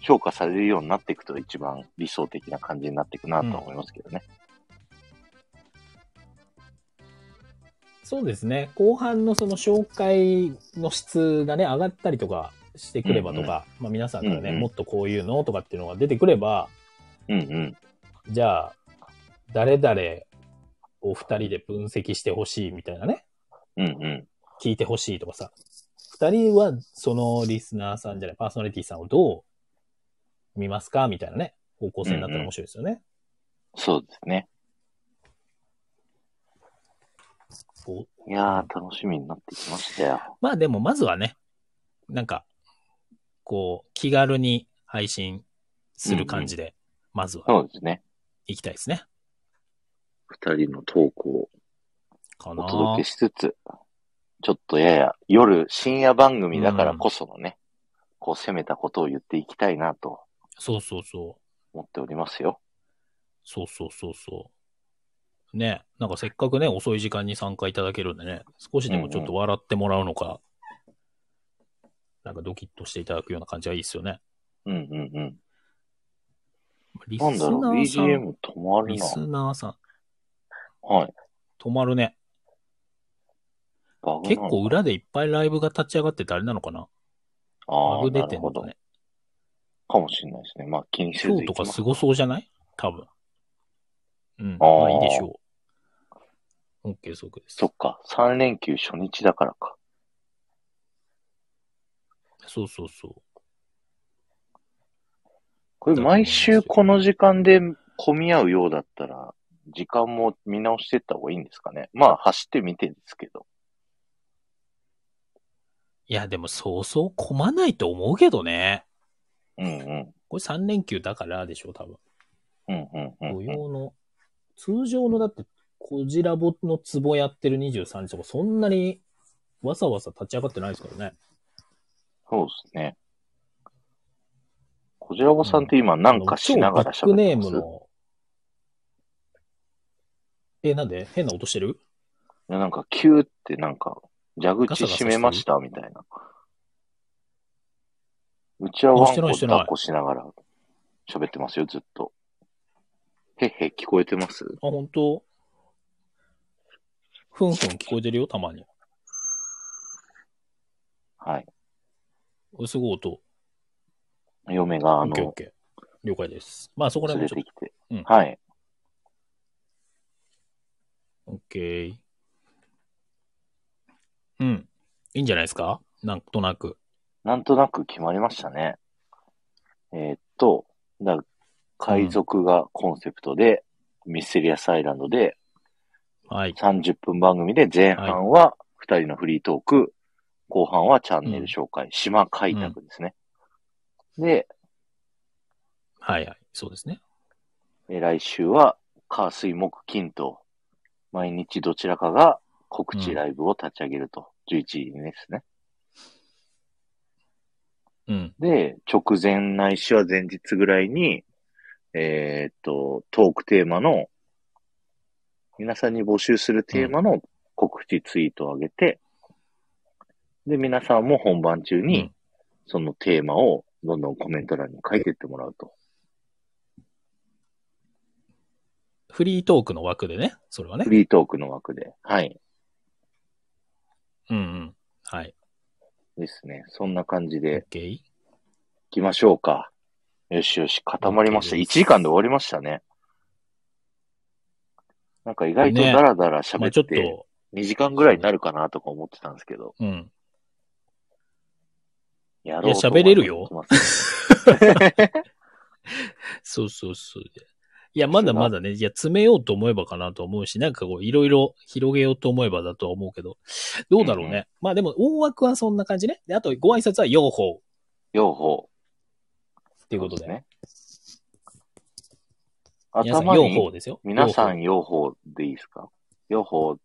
Speaker 1: 評価されるようになっていくと一番理想的な感じになっていくなと思いますけどね。
Speaker 2: そうですね。後半のその紹介の質がね、上がったりとかしてくればとか、まあ皆さんからね、
Speaker 1: うんうん
Speaker 2: もっとこういうのとかっていうのが出てくれば、
Speaker 1: うんうん。
Speaker 2: じゃあ、誰々お二人で分析してほしいみたいなね、
Speaker 1: うんうん。
Speaker 2: 聞いてほしいとかさ、二人はそのリスナーさんじゃない、パーソナリティさんをどう見ますかみたいなね、方向性になったら面白いですよね。
Speaker 1: そうですね。
Speaker 2: こう
Speaker 1: いやー、楽しみになってきましたよ。
Speaker 2: まあでも、まずはね、なんか、こう、気軽に配信する感じで、まずは
Speaker 1: そうですね。
Speaker 2: 行きたいですね。
Speaker 1: 二人のトークを
Speaker 2: か
Speaker 1: お
Speaker 2: な
Speaker 1: 届けしつつ、ちょっとやや夜、深夜番組だからこそのね、こう攻めたことを言っていきたいなと
Speaker 2: そうそうそう。
Speaker 1: 思っておりますよ。
Speaker 2: そうそうそうそう。ね、なんかせっかくね、遅い時間に参加いただけるんでね、少しでもちょっと笑ってもらうのか、なんかドキッとしていただくような感じがいいですよね。
Speaker 1: うんうんうん。
Speaker 2: リスナ
Speaker 1: なんだろう、
Speaker 2: ーさん、
Speaker 1: BGM 止まる
Speaker 2: リ
Speaker 1: な。
Speaker 2: スナーさん、
Speaker 1: はい。
Speaker 2: 止まるね。
Speaker 1: バグ
Speaker 2: 結構裏でいっぱいライブが立ち上がっててあれなのかな
Speaker 1: あ
Speaker 2: バ
Speaker 1: あー、
Speaker 2: グ出
Speaker 1: な
Speaker 2: て
Speaker 1: る
Speaker 2: ん
Speaker 1: ほ
Speaker 2: の
Speaker 1: ど
Speaker 2: か。ね。
Speaker 1: かもしれないですね。まあ気にせず
Speaker 2: 今
Speaker 1: 行
Speaker 2: 日と
Speaker 1: き
Speaker 2: か
Speaker 1: ます
Speaker 2: すごそうじゃない多分。うん。
Speaker 1: あー
Speaker 2: まあいいでしょう。OK、そうです。
Speaker 1: そっか、3連休初日だからか。
Speaker 2: そうそうそう。
Speaker 1: これ毎週この時間で混み合うようだったら、時間も見直していった方がいいんですかね。まあ走ってみてですけど。
Speaker 2: いや、でもそうそう混まないと思うけどね。
Speaker 1: うんうん。
Speaker 2: これ3連休だからでしょ、多分。
Speaker 1: うんうんうん
Speaker 2: 土
Speaker 1: うん。
Speaker 2: 曜の、通常のだって、こじらぼの壺やってる23日とか、そんなにわさわさ立ち上がってないですからね。
Speaker 1: そうですね。こじらぼさんって今なんかしながら
Speaker 2: 超ビ
Speaker 1: 喋
Speaker 2: ッグネ
Speaker 1: って
Speaker 2: ー
Speaker 1: ま
Speaker 2: ム
Speaker 1: す。い
Speaker 2: の、え、なんで変な音してる
Speaker 1: やなんかキューってなんか蛇口閉めましたみたいな。うちはワンコ
Speaker 2: してないして
Speaker 1: 抱
Speaker 2: ない
Speaker 1: っこしながら喋ってますよ、ずっと。へっへ、聞こえてます
Speaker 2: あ、本当ふんふん聞こえてるよ、たまに。
Speaker 1: はい。
Speaker 2: すごい音。
Speaker 1: 嫁が
Speaker 2: オ
Speaker 1: あ
Speaker 2: ッケーオッ
Speaker 1: の、
Speaker 2: ケー。了解です。まあそこら
Speaker 1: 連れ
Speaker 2: 辺も
Speaker 1: て
Speaker 2: ち
Speaker 1: きて
Speaker 2: うん。
Speaker 1: はい。
Speaker 2: ょっと。オッケー。うん。いいんじゃないですかなんとなく。
Speaker 1: なんとなく決まりましたね。えーっと、だ海賊がコンセプトで、ミステリアスアイランドで、
Speaker 2: はい。
Speaker 1: 30分番組で前半は2人のフリートーク、後半はチャンネル紹介、島開拓ですね。で、
Speaker 2: はいはい。そうですね。
Speaker 1: え来週は火水木金と、毎日どちらかが告知ライブを立ち上げると、11時ですね。
Speaker 2: うん。
Speaker 1: で、直前ないしは前日ぐらいに、えーっと、トークテーマの、皆さんに募集するテーマの告知ツイートを上げて、で、皆さんも本番中
Speaker 2: う
Speaker 1: に
Speaker 2: ん、
Speaker 1: そのテーマをどんどんコメント欄に書いてってもらうと。
Speaker 2: フリートークの枠でね。それはね
Speaker 1: フ。リートークの枠で。はい。
Speaker 2: うんうん。はい。
Speaker 1: ですね。そんな感じ
Speaker 2: オッ
Speaker 1: で
Speaker 2: ケー。
Speaker 1: 行きましょうか。よしよし、固まりました。
Speaker 2: OK
Speaker 1: 1
Speaker 2: です
Speaker 1: 時間で終わりましたね。なんか意外と
Speaker 2: ね
Speaker 1: ダラダラ
Speaker 2: ま
Speaker 1: 喋
Speaker 2: あちょ
Speaker 1: っ、
Speaker 2: ってと、
Speaker 1: 2時間ぐらいになるかなとか思ってたんですけど、
Speaker 2: うん。
Speaker 1: やろうと
Speaker 2: いや喋れるよ
Speaker 1: 思ってます。
Speaker 2: そうそうそう。いや、まだまだね、いや、詰めようと思えばかなと思うし、なんかこう、いろいろ広げようと思えばだとは思うけど、どうだろう
Speaker 1: うんう
Speaker 2: ね。まあでも、大枠はそんな感じね。で、あと、ご挨拶は用法っ
Speaker 1: 両方。
Speaker 2: ていうことで。
Speaker 1: ね。
Speaker 2: 皆さん、
Speaker 1: 頭
Speaker 2: 用
Speaker 1: に
Speaker 2: 法、ですよ。
Speaker 1: 皆さ
Speaker 2: 用
Speaker 1: ん用法でいいですか用法。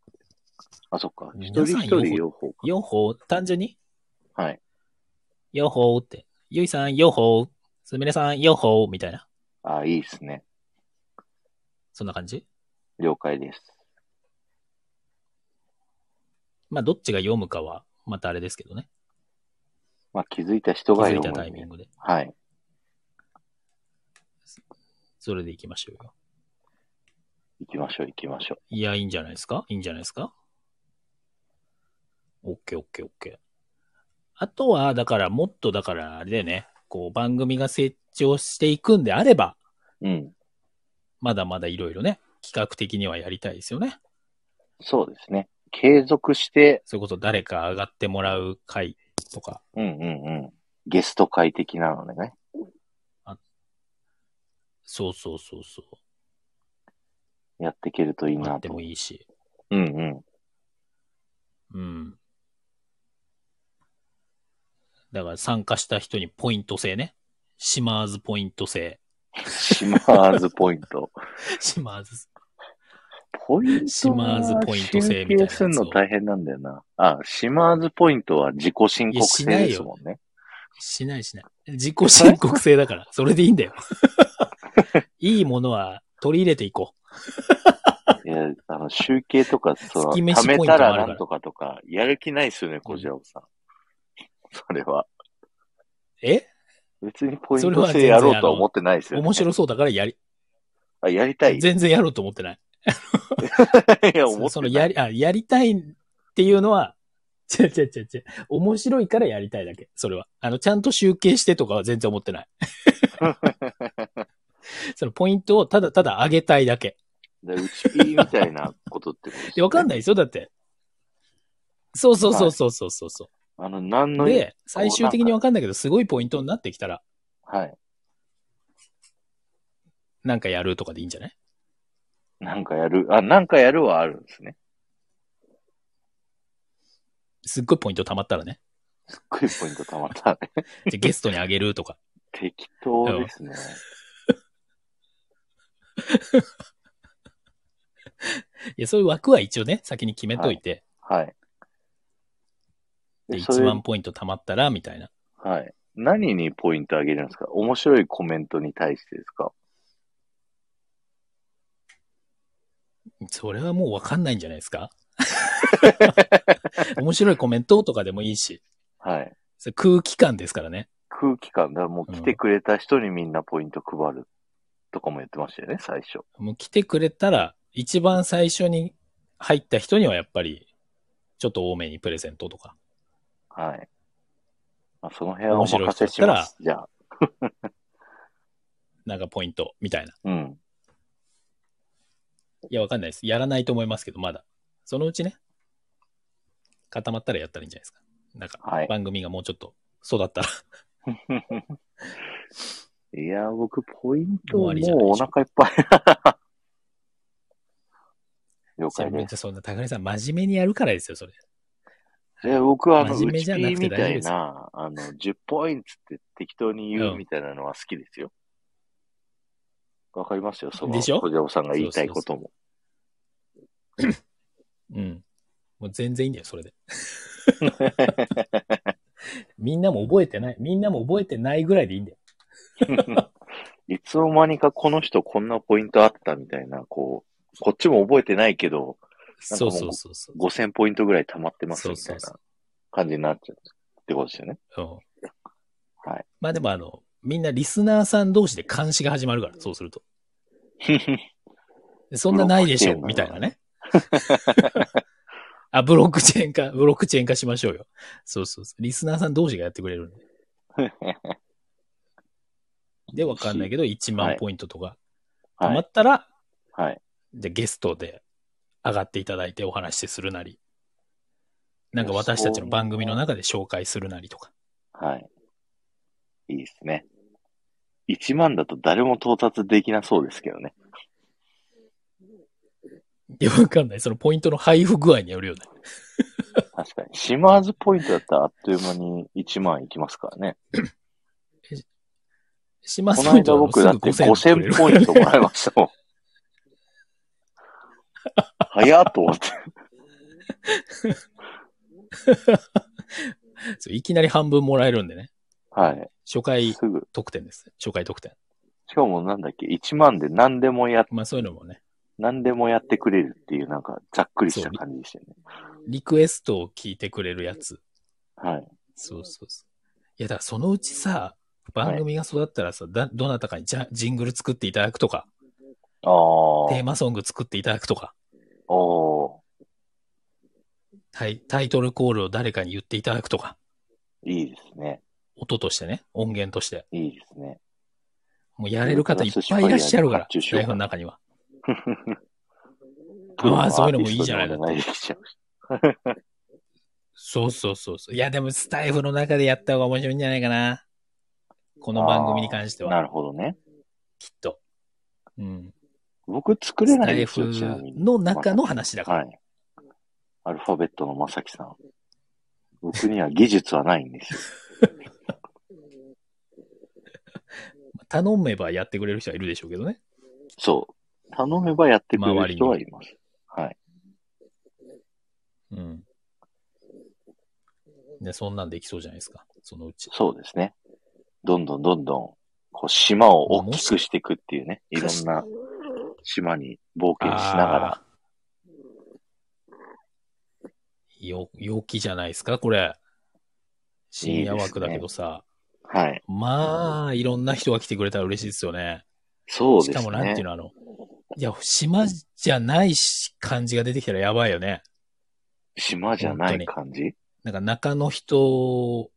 Speaker 1: あ、そっか。一人
Speaker 2: 皆さん
Speaker 1: 一人
Speaker 2: 用
Speaker 1: 用法
Speaker 2: 法。用法、単純に
Speaker 1: か。はい。
Speaker 2: 用法って。ゆいさん、用法。すみれさん、用法。みたいな。
Speaker 1: あ、いいですね。
Speaker 2: そんな感じ
Speaker 1: 了解です。
Speaker 2: まあ、どっちが読むかは、またあれですけどね。
Speaker 1: まあ、気づいた人
Speaker 2: 気
Speaker 1: が
Speaker 2: づい
Speaker 1: 読
Speaker 2: た
Speaker 1: む
Speaker 2: タイ
Speaker 1: ん
Speaker 2: ミ
Speaker 1: で
Speaker 2: ン。グで。
Speaker 1: はい。
Speaker 2: それで行きましょうよ。
Speaker 1: 行きましょう、行きましょ
Speaker 2: いや、いいんじゃないですかいいんじゃないですかオッケーオッケーオッケー。あとは、だから、もっと、だから、あれだよね。こう、番組が成長していくんであれば、
Speaker 1: う。うん。
Speaker 2: まだまだいろいろね、企画的にはやりたいですよね。
Speaker 1: そうですね。継続して、
Speaker 2: それこそ誰か上がってもらう回とか、
Speaker 1: うんうんうん。ゲスト会的なのでね。
Speaker 2: そうそうそうそ、
Speaker 1: やっていけるといいう
Speaker 2: あ
Speaker 1: な
Speaker 2: って
Speaker 1: と。
Speaker 2: もいいし。
Speaker 1: うんうん。
Speaker 2: うん。だから参加した人にポイント制ね。シマーズポイント制。
Speaker 1: シマーズポイント。
Speaker 2: シマーズ。
Speaker 1: ポイントが
Speaker 2: シマーズポイント制みたいなやつ
Speaker 1: 申請
Speaker 2: を
Speaker 1: するの大変なんだよな。あ、シマーズポイントは自己申告制ですもんね。
Speaker 2: しないしない。自己申告制だから。それでいいんだよ。 いいものは取り入れていこ
Speaker 1: いや、あの、集計とか、その、
Speaker 2: 月飯
Speaker 1: 貯め
Speaker 2: ポイン
Speaker 1: た
Speaker 2: トもあるから
Speaker 1: らなんとかとか、やる気ないっすよね、小次郎さん。 それは。
Speaker 2: う。え
Speaker 1: 別にポイ
Speaker 2: そ
Speaker 1: ン
Speaker 2: れは
Speaker 1: ト
Speaker 2: 全
Speaker 1: 制
Speaker 2: 然
Speaker 1: やろうとは思ってないですよ、ね。
Speaker 2: 面白そうだからやり、
Speaker 1: あ、やりたいい
Speaker 2: 全然やろうと思ってない。
Speaker 1: や、思って
Speaker 2: その
Speaker 1: な
Speaker 2: や
Speaker 1: い。
Speaker 2: り、あ、やりたいっていうのは、違う違う違う違う。面白いからやりたいだけ。それは。あの、ちゃんと集計してとかは全然思 ってない。そのポイントをただただ上げたいだけ。
Speaker 1: で打ちピーみたいなことってことですね、
Speaker 2: で、わかんないですよ、だって。そうそうそうそうそうそうそ
Speaker 1: あの、何
Speaker 2: う。
Speaker 1: の、
Speaker 2: で、最終的にわかんないけど、すごいポイントになってきたら、
Speaker 1: はい。
Speaker 2: なんかやるとかでいいんじゃない
Speaker 1: なんかやる。あ、なんかやるはあるんですね。
Speaker 2: すっごいポイント貯まったらね。
Speaker 1: すっごいポイント貯まった ね。
Speaker 2: じゃあゲストにあげるとか。
Speaker 1: 適当ですね。
Speaker 2: いや、そういう枠は一応ね、先に決めといて、
Speaker 1: はい。
Speaker 2: で、
Speaker 1: それ
Speaker 2: 1万ポイント貯まったら、みたいな。
Speaker 1: はい。何にポイントあげるんですか面白いコメントに対してですか
Speaker 2: それはもうわかんないんじゃないで すか面白いコメントとかでもいいし、
Speaker 1: はい。
Speaker 2: それ空気感ですからね。
Speaker 1: 空気感。だからもう来てくれた人にみんなポイント配るとかも言ってましたよね、最初。
Speaker 2: もう来てくれたら、一番最初に入った人にはやっぱり、ちょっと多めにプレゼントとか。
Speaker 1: はい。まあ、その辺はお任せします。じゃあ。
Speaker 2: なんかポイントみたいな。
Speaker 1: うん。
Speaker 2: いや、わかんないです。やらないと思いますけど、まだ。そのうちね、固まったらやったらいいんじゃないですか。なんか、
Speaker 1: はい。
Speaker 2: 番組がもうちょっと育ったら。
Speaker 1: いやー、僕、ポイント
Speaker 2: 終
Speaker 1: も
Speaker 2: わ
Speaker 1: う
Speaker 2: りじゃないで
Speaker 1: お
Speaker 2: しょ
Speaker 1: 腹いっぱい。了
Speaker 2: そ
Speaker 1: 解
Speaker 2: れ
Speaker 1: です。
Speaker 2: 別にそんな高木さん、真面目にやるからですよ、それ。
Speaker 1: で僕は、あの、
Speaker 2: 真面
Speaker 1: 打
Speaker 2: 目
Speaker 1: ち
Speaker 2: じゃ
Speaker 1: 切
Speaker 2: なく
Speaker 1: り
Speaker 2: て
Speaker 1: み
Speaker 2: 大丈夫
Speaker 1: たい
Speaker 2: です
Speaker 1: な、あの、10ポイントって適当に言うみたいなのは好きですよ。わ、かりますよ、その、
Speaker 2: でしょ
Speaker 1: 小城さんが言いたいことも。
Speaker 2: うん。もう全然いいんだよ、そ れで。みんなも覚えてない。みんなも覚えてないぐらいでいいんだよ。
Speaker 1: いつの間にかこの人こんなポイントあったみたいな、こう、こっちも覚えてないけど、なんか
Speaker 2: そ
Speaker 1: も
Speaker 2: う
Speaker 1: う
Speaker 2: そうそうそう。
Speaker 1: 5000ポイントぐらい溜まってますみた
Speaker 2: そ
Speaker 1: いう
Speaker 2: そう
Speaker 1: な感じになっちゃうってことです よね。
Speaker 2: うん
Speaker 1: はい。
Speaker 2: まあでもあの、みんなリスナーさん同士で監視が始まるから、そうすると。でそんなないでしょ、
Speaker 1: ブロック
Speaker 2: み
Speaker 1: チェ
Speaker 2: た
Speaker 1: ーンだな
Speaker 2: いなね。 あ、ブロックチェーン化、ブロックチェーン化しましょうよ。そうそうそう。リスナーさん同士がやってくれるんで。 で、わかんないけど、1
Speaker 1: は
Speaker 2: 万
Speaker 1: い
Speaker 2: ポイントとか。貯
Speaker 1: は
Speaker 2: ま
Speaker 1: い。
Speaker 2: ったら、
Speaker 1: はい。
Speaker 2: で、ゲストで上がっていただいてお話しするなり、なんか私たちの番組の中で紹介するなりとか。
Speaker 1: はい。いいですね。1万だと誰も到達できなそうですけどね。
Speaker 2: いや、わかんない。そのポイントの配布具合によるよね。
Speaker 1: 確かに。シマーズポイントだったらあっという間に1万いきますからね。
Speaker 2: 島
Speaker 1: こ
Speaker 2: 津
Speaker 1: の
Speaker 2: ポイン
Speaker 1: 間
Speaker 2: トはもう
Speaker 1: 僕だって
Speaker 2: すぐくれる
Speaker 1: 5000ポイントもらいま したもん。早っと思って。
Speaker 2: そういきなり半分もらえるんでね。
Speaker 1: は
Speaker 2: 初
Speaker 1: い。
Speaker 2: 回
Speaker 1: すぐ。
Speaker 2: 特典です。初回特典。
Speaker 1: しかもなんだっけ、1万で何でもや、
Speaker 2: まあそういうのもね、
Speaker 1: 何でもやってくれるっていうなんかざっくりした感じでしたよね。
Speaker 2: リクエストを聞いてくれるやつ。
Speaker 1: はい。
Speaker 2: そうそうそう。いや、だからそのうちさ、番組が育ったらさ、だどなたかにじゃジングル作っていただくとか、
Speaker 1: ああ。
Speaker 2: テーマソング作っていただくとか、
Speaker 1: お
Speaker 2: タイタイトルコールを誰かに言っていただくとか、
Speaker 1: ーいいですね。
Speaker 2: 音としてね、音源として。
Speaker 1: いいですね。
Speaker 2: もうやれる方いっぱいいらっしゃるから、
Speaker 1: プロ
Speaker 2: 台本の中には。
Speaker 1: プロ
Speaker 2: ああ、そういうのも
Speaker 1: アー
Speaker 2: い
Speaker 1: テ
Speaker 2: い
Speaker 1: ィス
Speaker 2: じゃ
Speaker 1: ト
Speaker 2: な
Speaker 1: にお願い
Speaker 2: いだって
Speaker 1: できちゃう
Speaker 2: そうそうそうそう。いや、でもスタイフの中でやった方が面白いんじゃないかな。この番組に関して
Speaker 1: あーな
Speaker 2: は、
Speaker 1: るほどね。
Speaker 2: きっと。うん。
Speaker 1: 僕作れ
Speaker 2: ス
Speaker 1: な
Speaker 2: タ
Speaker 1: い
Speaker 2: イ
Speaker 1: です
Speaker 2: フ
Speaker 1: よ、ちなみに。
Speaker 2: の中の話だから。
Speaker 1: はい。アルファベットのまさきさん。僕には技術はないん ですよ。
Speaker 2: 頼めばやってくれる人はいるでしょうけどね。
Speaker 1: そう。頼めばやってくれる人はいます。はい。
Speaker 2: うん。ね、そんなんできそうじゃないですか。そのうち。
Speaker 1: そうですね。どんどんどんどん、こう、島を大きくしていくっていうね。いろんな島に冒険しながら。
Speaker 2: あーよ、陽気じゃないですか、これ。深夜枠だけどさ。
Speaker 1: はい。
Speaker 2: まあ、いろんな人が来てくれたら嬉しいですよね。
Speaker 1: そうですね。
Speaker 2: しかもなんていうの、あの、いや、島じゃないし感じが出てきたらやばいよね。
Speaker 1: 島じゃない感じ
Speaker 2: なんか中の人、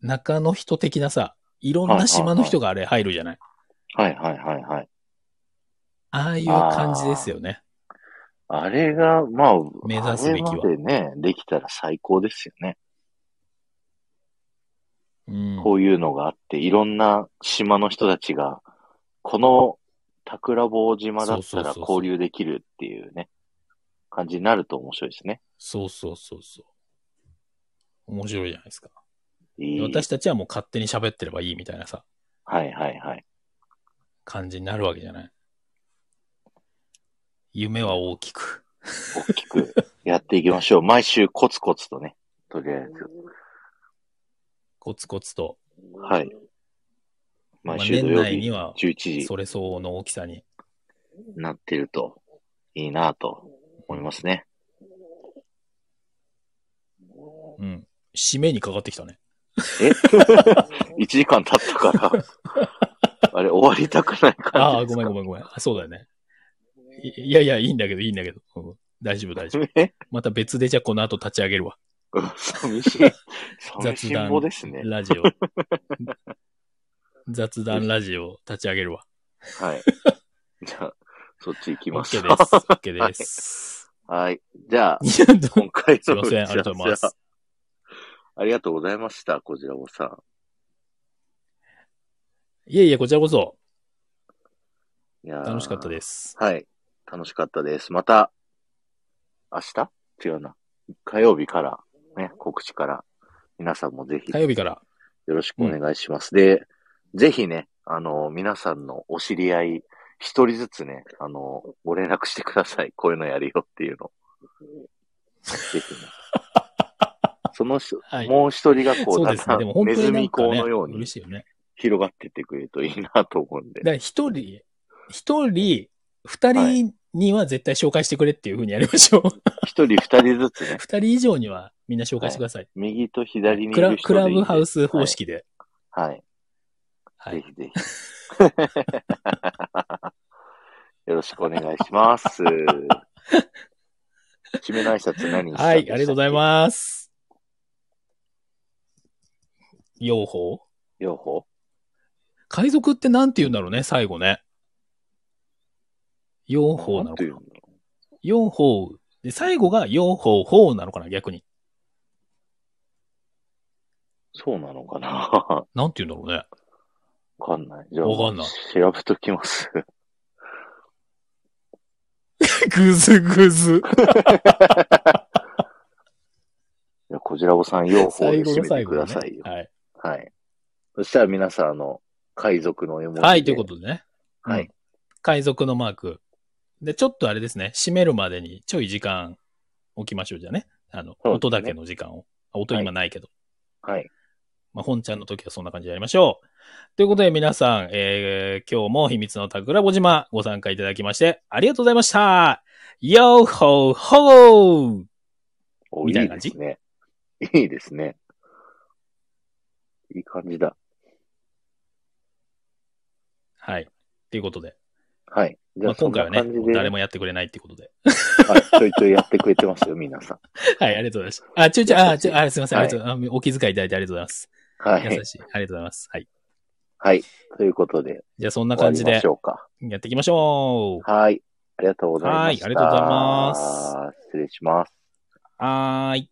Speaker 2: 中の人的なさ、いろんな島の人があれ入るじゃない。
Speaker 1: はいはいはいはい。
Speaker 2: ああいう感じですよね。
Speaker 1: あれが、まあ、
Speaker 2: 目指すべきは
Speaker 1: あれまでね、できたら最高ですよね。
Speaker 2: うん。
Speaker 1: こういうのがあって、いろんな島の人たちが、この桜坊島だっ
Speaker 2: そうそ
Speaker 1: た
Speaker 2: うそ
Speaker 1: ら
Speaker 2: うそう
Speaker 1: 交流できるっていうね、感じになると面白いですね。
Speaker 2: そうそうそうそう。面白いじゃないですか。
Speaker 1: いい。
Speaker 2: 私たちはもう勝手に喋ってればいいみたいなさ、
Speaker 1: はいはいはい。
Speaker 2: 感じになるわけじゃない。夢は大きく。
Speaker 1: 大きくやっていきまし ょう。毎週コツコツとね、とりあえず。
Speaker 2: コツコツと。
Speaker 1: はい。
Speaker 2: まあ
Speaker 1: 毎週
Speaker 2: 年
Speaker 1: 土曜
Speaker 2: 内
Speaker 1: 日
Speaker 2: には、
Speaker 1: 11時
Speaker 2: それ相応の大きさに。
Speaker 1: になってるといいなと思いますね。
Speaker 2: うん。締めにかかってきたね。
Speaker 1: え ?1 時間経った から、あれ終わりたくない
Speaker 2: あ
Speaker 1: 感
Speaker 2: あ、
Speaker 1: じで
Speaker 2: ご
Speaker 1: す
Speaker 2: めん
Speaker 1: か
Speaker 2: ごめんごめん。あそうだよね。いいやいや、いいんだけど、いいんだけど。うん大丈 夫、大丈夫。
Speaker 1: え
Speaker 2: また別でじゃあこの後立ち上げるわ。
Speaker 1: うん寂しい。寂し
Speaker 2: 雑
Speaker 1: い
Speaker 2: 談
Speaker 1: 棒ですね。
Speaker 2: ラ ジオ。雑談ラジオ立ち上げるわ。
Speaker 1: はい。 じゃあ、そっち行きます。
Speaker 2: OK です。OK です。
Speaker 1: はい。じゃあ、
Speaker 2: いや、どう
Speaker 1: 今 回
Speaker 2: すい
Speaker 1: の
Speaker 2: ま
Speaker 1: 打ち
Speaker 2: せ
Speaker 1: 合わ
Speaker 2: ん。あ
Speaker 1: せ
Speaker 2: りがとうございます。
Speaker 1: ありがとうございました、こちらもさん。
Speaker 2: いえいえ、こちらこそ
Speaker 1: いや。
Speaker 2: 楽しかったですす。
Speaker 1: はい。楽しかったです。また、明日違うな。火曜日から、ね、告知から、皆さんもぜひ
Speaker 2: 火曜日から。
Speaker 1: よろしくお願いします。で、ぜひね、あの、皆さんのお知り合い、一人ずつね、あの、ご連絡してください。こういうのやるよっていうの。 ぜひね。その人、
Speaker 2: はい
Speaker 1: もう一人がこう、
Speaker 2: そう
Speaker 1: だ
Speaker 2: で
Speaker 1: ん
Speaker 2: すね。
Speaker 1: だ
Speaker 2: でも
Speaker 1: ん
Speaker 2: 本
Speaker 1: ネ
Speaker 2: 当
Speaker 1: ズ
Speaker 2: になん
Speaker 1: ミ
Speaker 2: か
Speaker 1: 講
Speaker 2: ね、
Speaker 1: のように
Speaker 2: 嬉しいよね。
Speaker 1: 広がってってくれるといいなと思うんで
Speaker 2: だか。ら一人、一人、二人には絶対紹介してくれっていうふうにやりまし ょう。
Speaker 1: 一人二人ずつね、
Speaker 2: 二人以上にはみんな紹介してください。
Speaker 1: 右と左にい
Speaker 2: クラ
Speaker 1: る人でいいんで
Speaker 2: クラブハウス方。式で。
Speaker 1: はい。
Speaker 2: は。
Speaker 1: はいい、ぜひぜ ひ。よろしくお願いします。締めの挨拶何にしたん
Speaker 2: はい、
Speaker 1: でしたっけ
Speaker 2: ありがとうございます。用法
Speaker 1: 両方
Speaker 2: 海賊ってなんて言うんだろうね、最後ね。用法な
Speaker 1: なん
Speaker 2: のかな
Speaker 1: ていうんだろ
Speaker 2: 用法。で、最後が用法法なのかな、逆に。
Speaker 1: うそうなのかなわ
Speaker 2: なんて言うんだろ
Speaker 1: かんない。じゃあ、
Speaker 2: わかんない
Speaker 1: 調べときます。
Speaker 2: うね。 ぐずぐず。
Speaker 1: じゃあ、こじらぼさん、両方で
Speaker 2: 最後
Speaker 1: 締
Speaker 2: の
Speaker 1: めて
Speaker 2: 最後
Speaker 1: く
Speaker 2: だ
Speaker 1: だ
Speaker 2: ね
Speaker 1: さいよ。
Speaker 2: はい。
Speaker 1: はい。そしたら皆さん、あの、海賊の絵文字で。
Speaker 2: はい、ということでね。
Speaker 1: はい
Speaker 2: うん。海賊のマーク。で、ちょっとあれですね、閉めるまでにちょい時間置きましょうじゃあね。あの、
Speaker 1: そうですね
Speaker 2: 音だけの時間を。あ音今ないけど。
Speaker 1: はい。
Speaker 2: まあ、本ちゃんの時はそんな感じでやりましょう。ということで皆さん、えー、今日も秘密の桜子島ご参加いただきましてありがとうございました。ヨーホーホー
Speaker 1: お
Speaker 2: みたいな感じ
Speaker 1: いいですね。いいですね。いい感じだ。
Speaker 2: はい。ということで。
Speaker 1: はい。じゃ
Speaker 2: ま
Speaker 1: あ、
Speaker 2: あ、
Speaker 1: そ
Speaker 2: 今
Speaker 1: ん
Speaker 2: 回
Speaker 1: な
Speaker 2: は
Speaker 1: 感
Speaker 2: ね、
Speaker 1: じ
Speaker 2: も
Speaker 1: で、
Speaker 2: う誰もやってくれないってことで。
Speaker 1: はい、ちょいちょいやってくれてますよ、 皆さん。
Speaker 2: はい、ありがとうございました。あ、ちょいちょい、あ、ちょい、あ、すいません、
Speaker 1: は
Speaker 2: あ
Speaker 1: い
Speaker 2: りがとうございます。あお気遣いいただいてありがとうございます。
Speaker 1: は
Speaker 2: 優
Speaker 1: い。
Speaker 2: しい。ありがとうございます。はい。
Speaker 1: はい。ということで、
Speaker 2: じゃあそんな
Speaker 1: 終わ
Speaker 2: 感
Speaker 1: り
Speaker 2: じ
Speaker 1: ま
Speaker 2: で
Speaker 1: しょうか。
Speaker 2: やっていきましょう。
Speaker 1: はい。ありがとうございました。
Speaker 2: はいありがとうございます
Speaker 1: 失礼します。
Speaker 2: はーい。